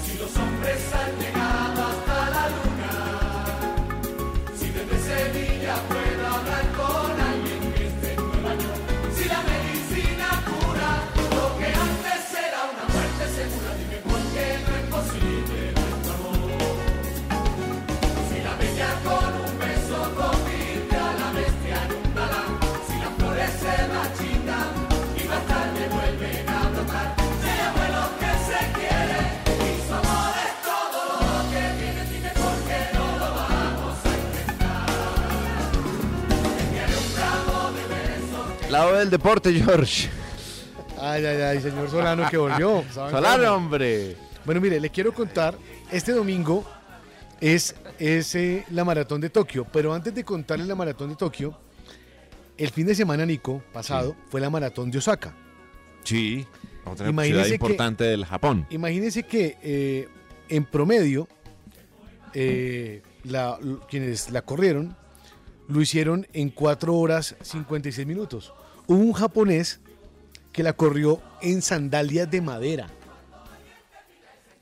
Si los hombres han llegado hasta la luna, si desde Sevilla puedo hablar con alguien que esté en Nueva York, si la medicina cura lo que antes era una muerte segura, dime por qué no es posible nuestro amor. Si la bella con un beso convierte a la bestia en un galán, si las flores se marchitan y más tarde vuelven a brotar, si hay abuelos que se quieren. Y su amor es todo lo que tiene, dime por qué no lo vamos a intentar. Enviaré un ramo de besos. Lado del deporte, George. Ay, ay, ay, señor Solano que volvió. Solano, hombre. Bueno, mire, le quiero contar, este domingo es, es, eh, la maratón de Tokio, pero antes de contarle la maratón de Tokio, el fin de semana, Nico, pasado, fue la maratón de Osaka. Sí, otra Imagínese ciudad que- importante del Japón. Imagínense que eh, en promedio, eh, la- l- quienes la corrieron, lo hicieron en 4 horas 56 minutos. Hubo un japonés que la corrió en sandalias de madera.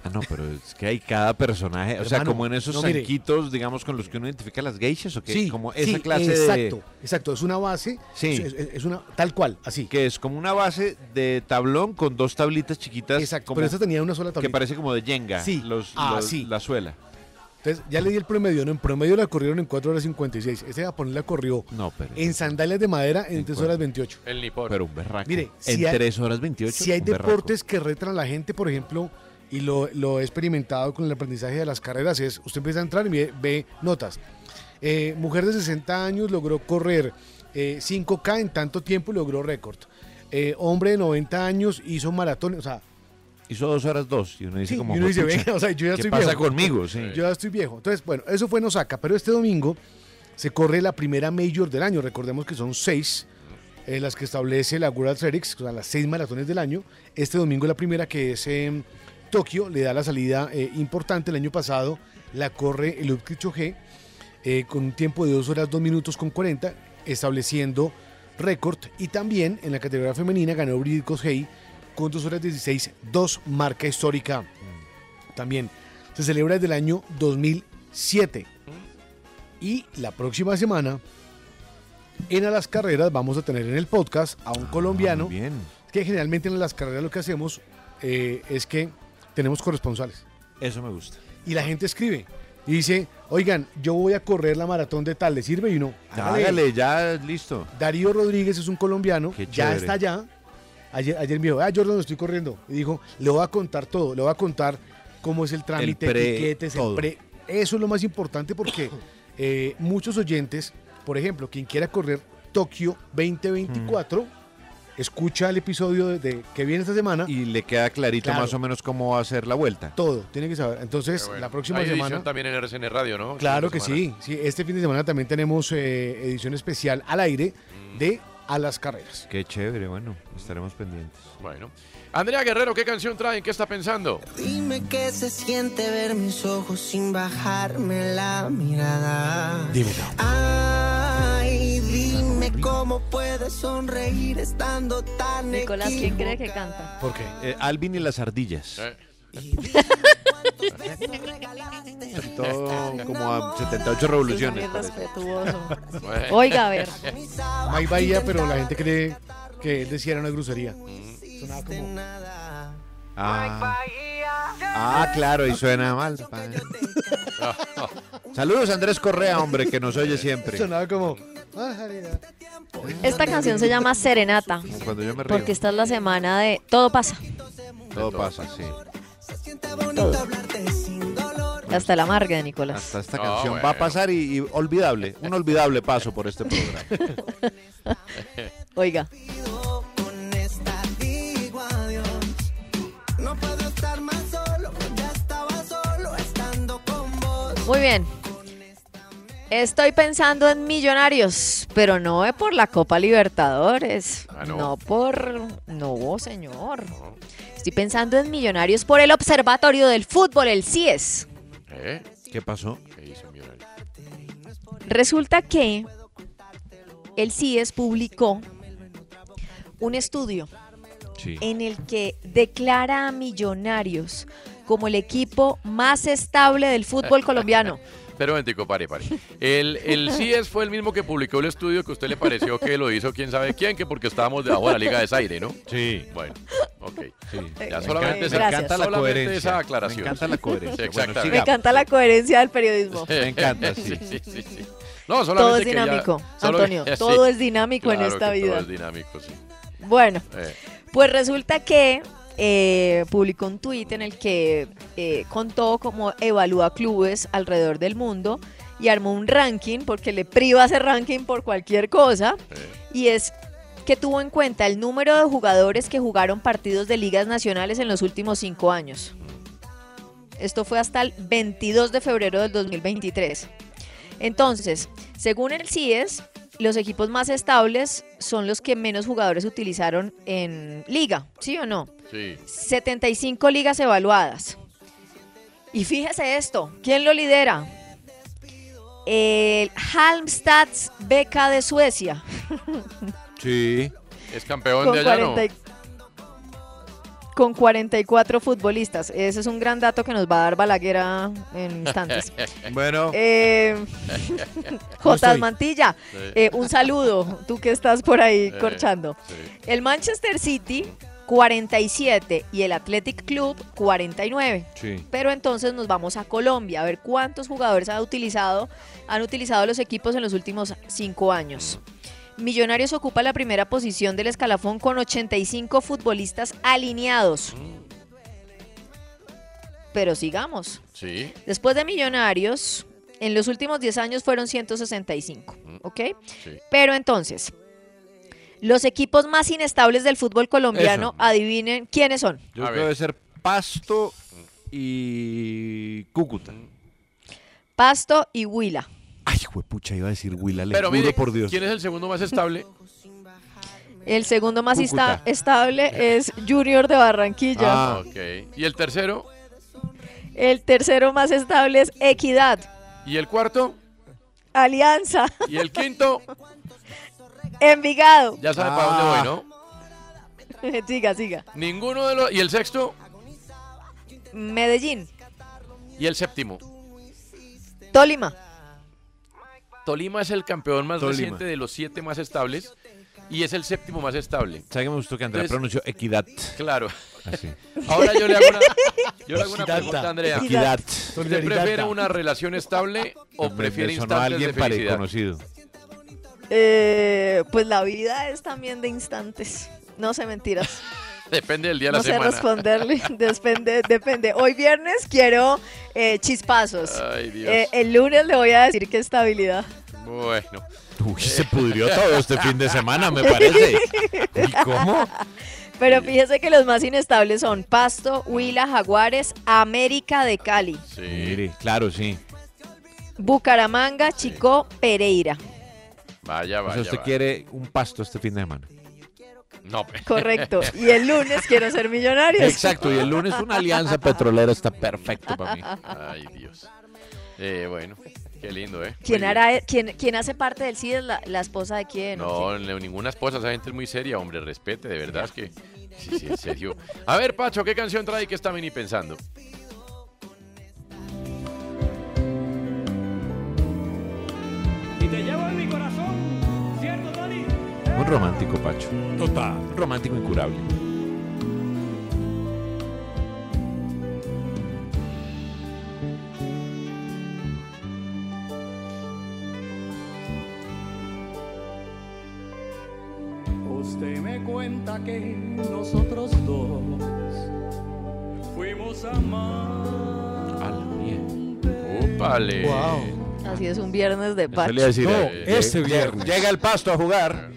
Ah, no, pero es que hay cada personaje. o sea, Hermano, como en esos no, mire. sanquitos, digamos, con los que uno identifica las geishas o que Sí, como esa sí, clase exacto, de. Exacto, es una base. Sí. es- es- es una, tal cual, así. Que es como una base de tablón con dos tablitas chiquitas. Exacto, pero esta tenía una sola Que tablita. parece como de Jenga. Sí, Los, ah, los- sí. La suela. Entonces, ya le di el promedio, ¿no? En promedio la corrieron en 4 horas 56. Este japonés la corrió No, pero. en sandalias de madera en 3 horas 28. El Nippon. Pero un berraco. Mire, en si hay- 3 horas 28. Si hay un berraco. deportes que retan a la gente, por ejemplo, y lo, lo he experimentado con el aprendizaje de las carreras, es usted empieza a entrar y ve, ve notas. Eh, mujer de 60 años logró correr eh, 5K en tanto tiempo y logró récord. Eh, hombre de 90 años hizo maratón, o sea, Hizo 2 horas 2 y uno dice Sí, como. y uno dice, "Juepucha, venga, o sea, yo ya ¿qué estoy pasa viejo". conmigo? Sí. Yo ya estoy viejo. Entonces, bueno, eso fue en Osaka, pero este domingo se corre la primera major del año. Recordemos que son seis eh, las que establece la World Athletics, o sea, las seis maratones del año. Este domingo la primera que es en Tokio, le da la salida eh, importante. El año pasado la corre el Kipchoge eh, con un tiempo de 2 horas 2 minutos con 40, estableciendo récord. Y también en la categoría femenina ganó Bridget Hey con 2 horas 16, 2 marca histórica. También se celebra desde el año 2007. Y la próxima semana, en A las Carreras, vamos a tener en el podcast a un colombiano. Bien. Es que generalmente en A las Carreras lo que hacemos eh, es que tenemos corresponsales. Eso me gusta. Y la gente escribe y dice, oigan, yo voy a correr la maratón de tal, ¿le sirve? Y uno, hágale. Hágale, ya listo. Darío Rodríguez es un colombiano, Qué ya chévere. está allá. Ayer, ayer me dijo, ah, Jordan, estoy corriendo. Y dijo, le voy a contar todo, le voy a contar cómo es el trámite, El pre, etiquetes, el todo. pre. Eso es lo más importante porque eh, muchos oyentes, por ejemplo, quien quiera correr Tokio 2024, escucha el episodio de, de- que viene esta semana. Y le queda clarito Claro. más o menos cómo va a ser la vuelta. Todo, tiene que saber. Entonces, la próxima Hay edición semana. también en RCN Radio, ¿no? Claro Esta que semana. sí. sí. Este fin de semana también tenemos eh, edición especial al aire de A las Carreras. Qué chévere, bueno, estaremos pendientes. Bueno. Andrea Guerrero, ¿qué canción traen? ¿Qué está pensando? Dime qué se siente ver mis ojos sin bajarme la mirada. Dímelo. Ay, dime cómo puedes sonreír estando tan Nicolás, ¿quién cree que equivocada. canta? ¿Por qué? Eh, Alvin y las ardillas. Eh. Todo como a 78 revoluciones. Bueno. Oiga, a ver. May Bahía, pero la gente cree que él decía era una grosería. Mm. Sonaba como. Ah. Ah, claro, y suena mal. pa. Saludos Andrés Correa, hombre, que nos oye siempre. Sonaba como. Esta canción se llama Serenata. Como Cuando yo me río. Porque esta es la semana de Todo pasa. Todo pasa, sí. Hasta el amargue de Nicolás. Hasta esta Ah, No, canción va a bueno. pasar y, y olvidable, un olvidable paso por este programa. Oiga. Digo adiós. No puedo estar más solo, ya estaba solo estando con vos. Muy bien. Estoy pensando en Millonarios, pero no es por la Copa Libertadores. Ah, no. por. No, señor. Estoy pensando en Millonarios por el Observatorio del Fútbol, el CIES. ¿Eh? ¿Qué pasó? ¿Qué hizo Millonario? Resulta que el CIES publicó un estudio Sí. en el que declara a Millonarios como el equipo más estable del fútbol colombiano. Pero ventico, pare, pare. El, el CIES fue el mismo que publicó el estudio que a usted le pareció que lo hizo quién sabe quién, que porque estábamos debajo de la Liga de Desaire, ¿no? Sí. Bueno, ok. Me Ya solamente, encanta- esa- me encanta la solamente coherencia. esa aclaración. Me encanta la coherencia. Bueno, Exactamente. Me encanta la coherencia del periodismo. Me encanta, sí. sí, sí, sí. No, solamente Todo es que ya- dinámico, solo- Antonio. sí. Todo es dinámico en Claro esta que Todo vida. es dinámico, sí. Bueno, Eh. pues resulta que eh, publicó un tuit en el que eh, contó cómo evalúa clubes alrededor del mundo y armó un ranking, porque le priva ese ranking por cualquier cosa, y es que tuvo en cuenta el número de jugadores que jugaron partidos de ligas nacionales en los últimos cinco años. Esto fue hasta el 22 de febrero del 2023. Entonces, según el CIES, los equipos más estables son los que menos jugadores utilizaron en liga, ¿sí o no? Sí. 75 ligas evaluadas. Y fíjese esto, ¿quién lo lidera? El Halmstads Beca de Suecia. Sí. Es campeón Con de allá, ¿no? 40 y- con 44 futbolistas. Ese es un gran dato que nos va a dar Balaguer a- en instantes. Bueno. Eh, No Jotas estoy. Mantilla, Sí. eh, un saludo, tú que estás por ahí Eh, corchando. sí. El Manchester City, 47, y el Athletic Club, 49. Sí. Pero entonces nos vamos a Colombia a ver cuántos jugadores ha utilizado, han utilizado los equipos en los últimos cinco años. Millonarios ocupa la primera posición del escalafón con 85 futbolistas alineados. Pero sigamos. Sí. Después de Millonarios, en los últimos 10 años fueron 165, ¿ok? Sí. Pero entonces, los equipos más inestables del fútbol colombiano, Eso. adivinen quiénes son. Yo creo que debe ser Pasto y Cúcuta. Pasto y Huila. Ay, juepucha, pues, iba a decir Huila, le Pero juro mire, por Dios. ¿quién es el segundo más estable? El segundo más Cúcuta. esta- estable es Junior de Barranquilla. Ah, ok. ¿Y el tercero? El tercero más estable es Equidad. ¿Y el cuarto? Alianza. ¿Y el quinto? Envigado. Ya sabe para Ah. dónde voy, ¿no? siga, siga. Ninguno de los... ¿Y el sexto? Medellín. ¿Y el séptimo? Tolima. Tolima es el campeón más Tolima. reciente de los siete más estables y es el séptimo más estable. ¿Sabe que me gustó que Andrea Entonces- pronunció equidad? Claro. Así. Ahora yo le hago una, yo le hago una Equidad. pregunta, Andrea. Equidad. ¿Usted Solidaridad. prefiere una relación estable o Me- prefiere me sonó a instantes de alguien pare- felicidad? conocido. Eh, pues la vida es también de instantes. No sé mentiras. Depende del día de la No sé semana. responderle. Depende, depende. Hoy viernes quiero eh, chispazos. Ay, Dios. Eh, el lunes le voy a decir que estabilidad. Bueno, Uy, se pudrió todo este fin de semana, me parece. ¿Y cómo? Pero fíjese que los más inestables son Pasto, Huila, Jaguares, América de Cali, Sí, mire, claro, sí. Bucaramanga, Chicó, Pereira. Vaya, O vaya. sea, usted vaya. quiere un pasto este fin de semana. No. Correcto. Y el lunes quiero ser millonario. Exacto, y el lunes una alianza petrolera está perfecto para mí. Ay, Dios. Eh, bueno, qué lindo, ¿eh? ¿Quién, Muy hará, e-, quién, quién hace parte del CID? ¿La, la esposa de bien. quién? No, no, ninguna esposa, esa gente es muy seria, hombre, respete, de verdad es que... Sí, sí, en serio. A ver, Pacho, ¿qué canción trae que está Mini pensando? Y te llevo en mi corazón, ¿cierto, Tony? Un romántico, Pacho. Total. Romántico incurable. Usted me cuenta que nosotros dos fuimos amantes. ¡Úpale! Así es un viernes de Pacho. eh, este viernes. Llega el pasto a jugar.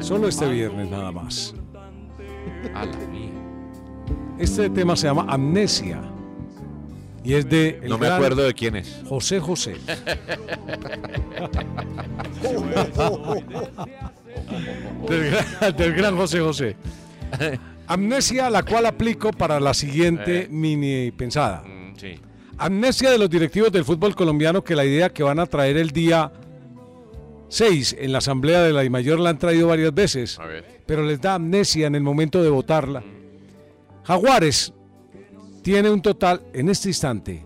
Solo este viernes nada más. Este tema se llama Amnesia. Y es de. el No me gran acuerdo de quién es. José José. Eh, del, gran, del gran José José. Amnesia, la cual aplico para la siguiente Eh. mini pensada. Mm, sí. Amnesia de los directivos del fútbol colombiano que la idea que van a traer el día 6 en la asamblea de la mayor la han traído varias veces, pero les da amnesia en el momento de votarla. Jaguares tiene un total en este instante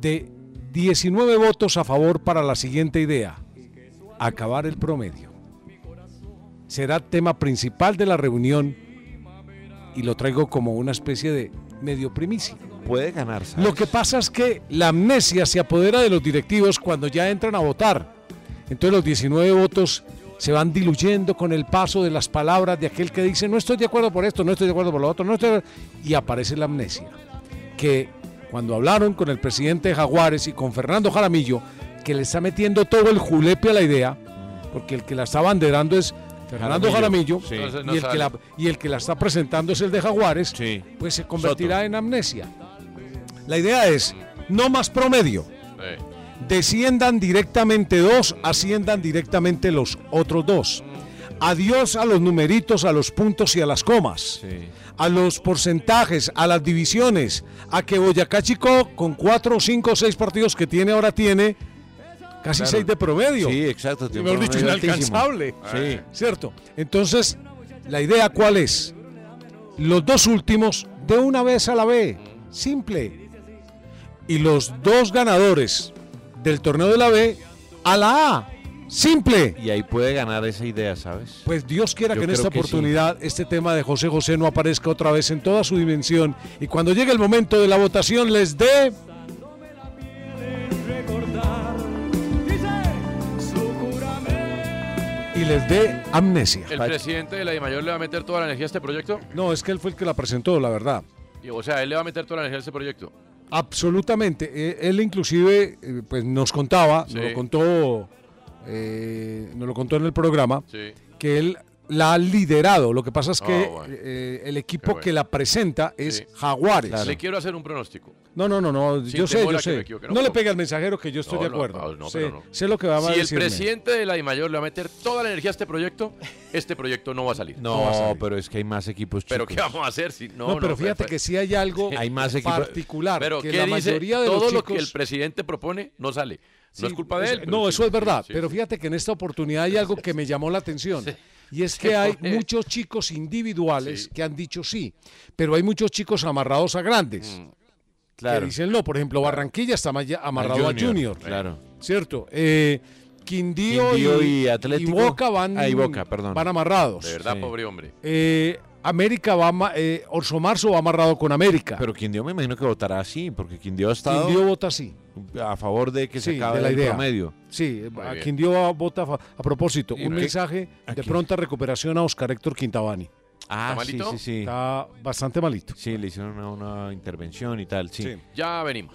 de 19 votos a favor para la siguiente idea, acabar el promedio. Será tema principal de la reunión y lo traigo como una especie de medio primicia. Puede ganar, ¿sabes? Lo que pasa es que la amnesia se apodera de los directivos cuando ya entran a votar. Entonces los 19 votos se van diluyendo con el paso de las palabras de aquel que dice no estoy de acuerdo por esto, no estoy de acuerdo por lo otro, no estoy de acuerdo", y aparece la amnesia. Que cuando hablaron con el presidente de Jaguares y con Fernando Jaramillo, que le está metiendo todo el julepe a la idea, porque el que la está banderando es Fernando Jaramillo. Jaramillo, Sí. Entonces no y, el que la, sale. y el que la está presentando es el de Jaguares, pues se convertirá en amnesia. La idea es, no más promedio. Eh, Desciendan directamente dos, asciendan directamente los otros dos. Adiós a los numeritos, a los puntos y a las comas. A los porcentajes, a las divisiones. A que Boyacá Chico, con cuatro, cinco, seis partidos que tiene ahora, tiene casi Claro. seis de promedio. Sí, exacto. tiene un Mejor dicho, promedio altísimo. inalcanzable. Sí. ¿Cierto? Entonces, la idea cuál es? Los dos últimos de una vez a la B. Simple. Y los dos ganadores del torneo de la B a la A. Simple. Y ahí puede ganar esa idea, ¿sabes? Pues Dios quiera Yo que en creo esta que sí. oportunidad este tema de José José no aparezca otra vez en toda su dimensión. Y cuando llegue el momento de la votación les dé... Y les dé amnesia. ¿El presidente de la DIMAYOR le va a meter toda la energía a este proyecto? No, es que él fue el que la presentó, la verdad. Y, O sea, él le va a meter toda la energía a este proyecto. Absolutamente. Eh, Él inclusive eh, pues nos contaba, Sí. nos lo contó, eh, nos lo contó en el programa, Sí. que él la ha liderado. Lo que pasa es que Ah, bueno. eh, el Qué equipo bueno. que la presenta es Sí. Jaguares. Le quiero hacer un pronóstico. No, no, no, no. Sin yo sé, temor a yo que me sé. equivoque, No, no, le pero- pegue al mensajero que yo estoy No, de no, acuerdo. no, no, sé, pero no. sé lo que va a Si el decirme. presidente de la DIMAYOR le va a meter toda la energía a este proyecto, este proyecto no va a salir. No, pero es que hay más equipos chicos. Pero ¿qué vamos a hacer si no? No, pero fíjate pues, que sí hay algo Hay más equipos. particular. Pero que ¿qué la dice? mayoría de todo los lo chicos... que el presidente propone no sale. Sí, no es culpa de eso- él. pero No, sí. eso es verdad. pero fíjate que en esta oportunidad hay algo que me llamó la atención. Y es que hay muchos chicos individuales que han dicho sí, pero hay muchos chicos amarrados a grandes. claro. Que dicen no. Por ejemplo, Barranquilla está ma- amarrado a Junior. Claro. ¿Cierto? Eh, Quindío, Quindío y, y Atlético. y Boca van, Ah, y Boca, perdón. van amarrados. De verdad, pobre hombre. Eh, América va, ama- eh, Orso Marzo va amarrado con América. Pero Quindío me imagino que votará así, porque Quindío ha estado Quindío vota sí. a favor de que se Sí, acabe de la el idea. promedio. Sí, a bien. Quindío va- vota a fa- a propósito. ¿Y Un qué- mensaje a de quién? pronta recuperación a Oscar Héctor Quintabani. Ah, sí, sí, sí. Está bastante malito. Sí, le hicieron una, una intervención y tal, sí. Ya venimos.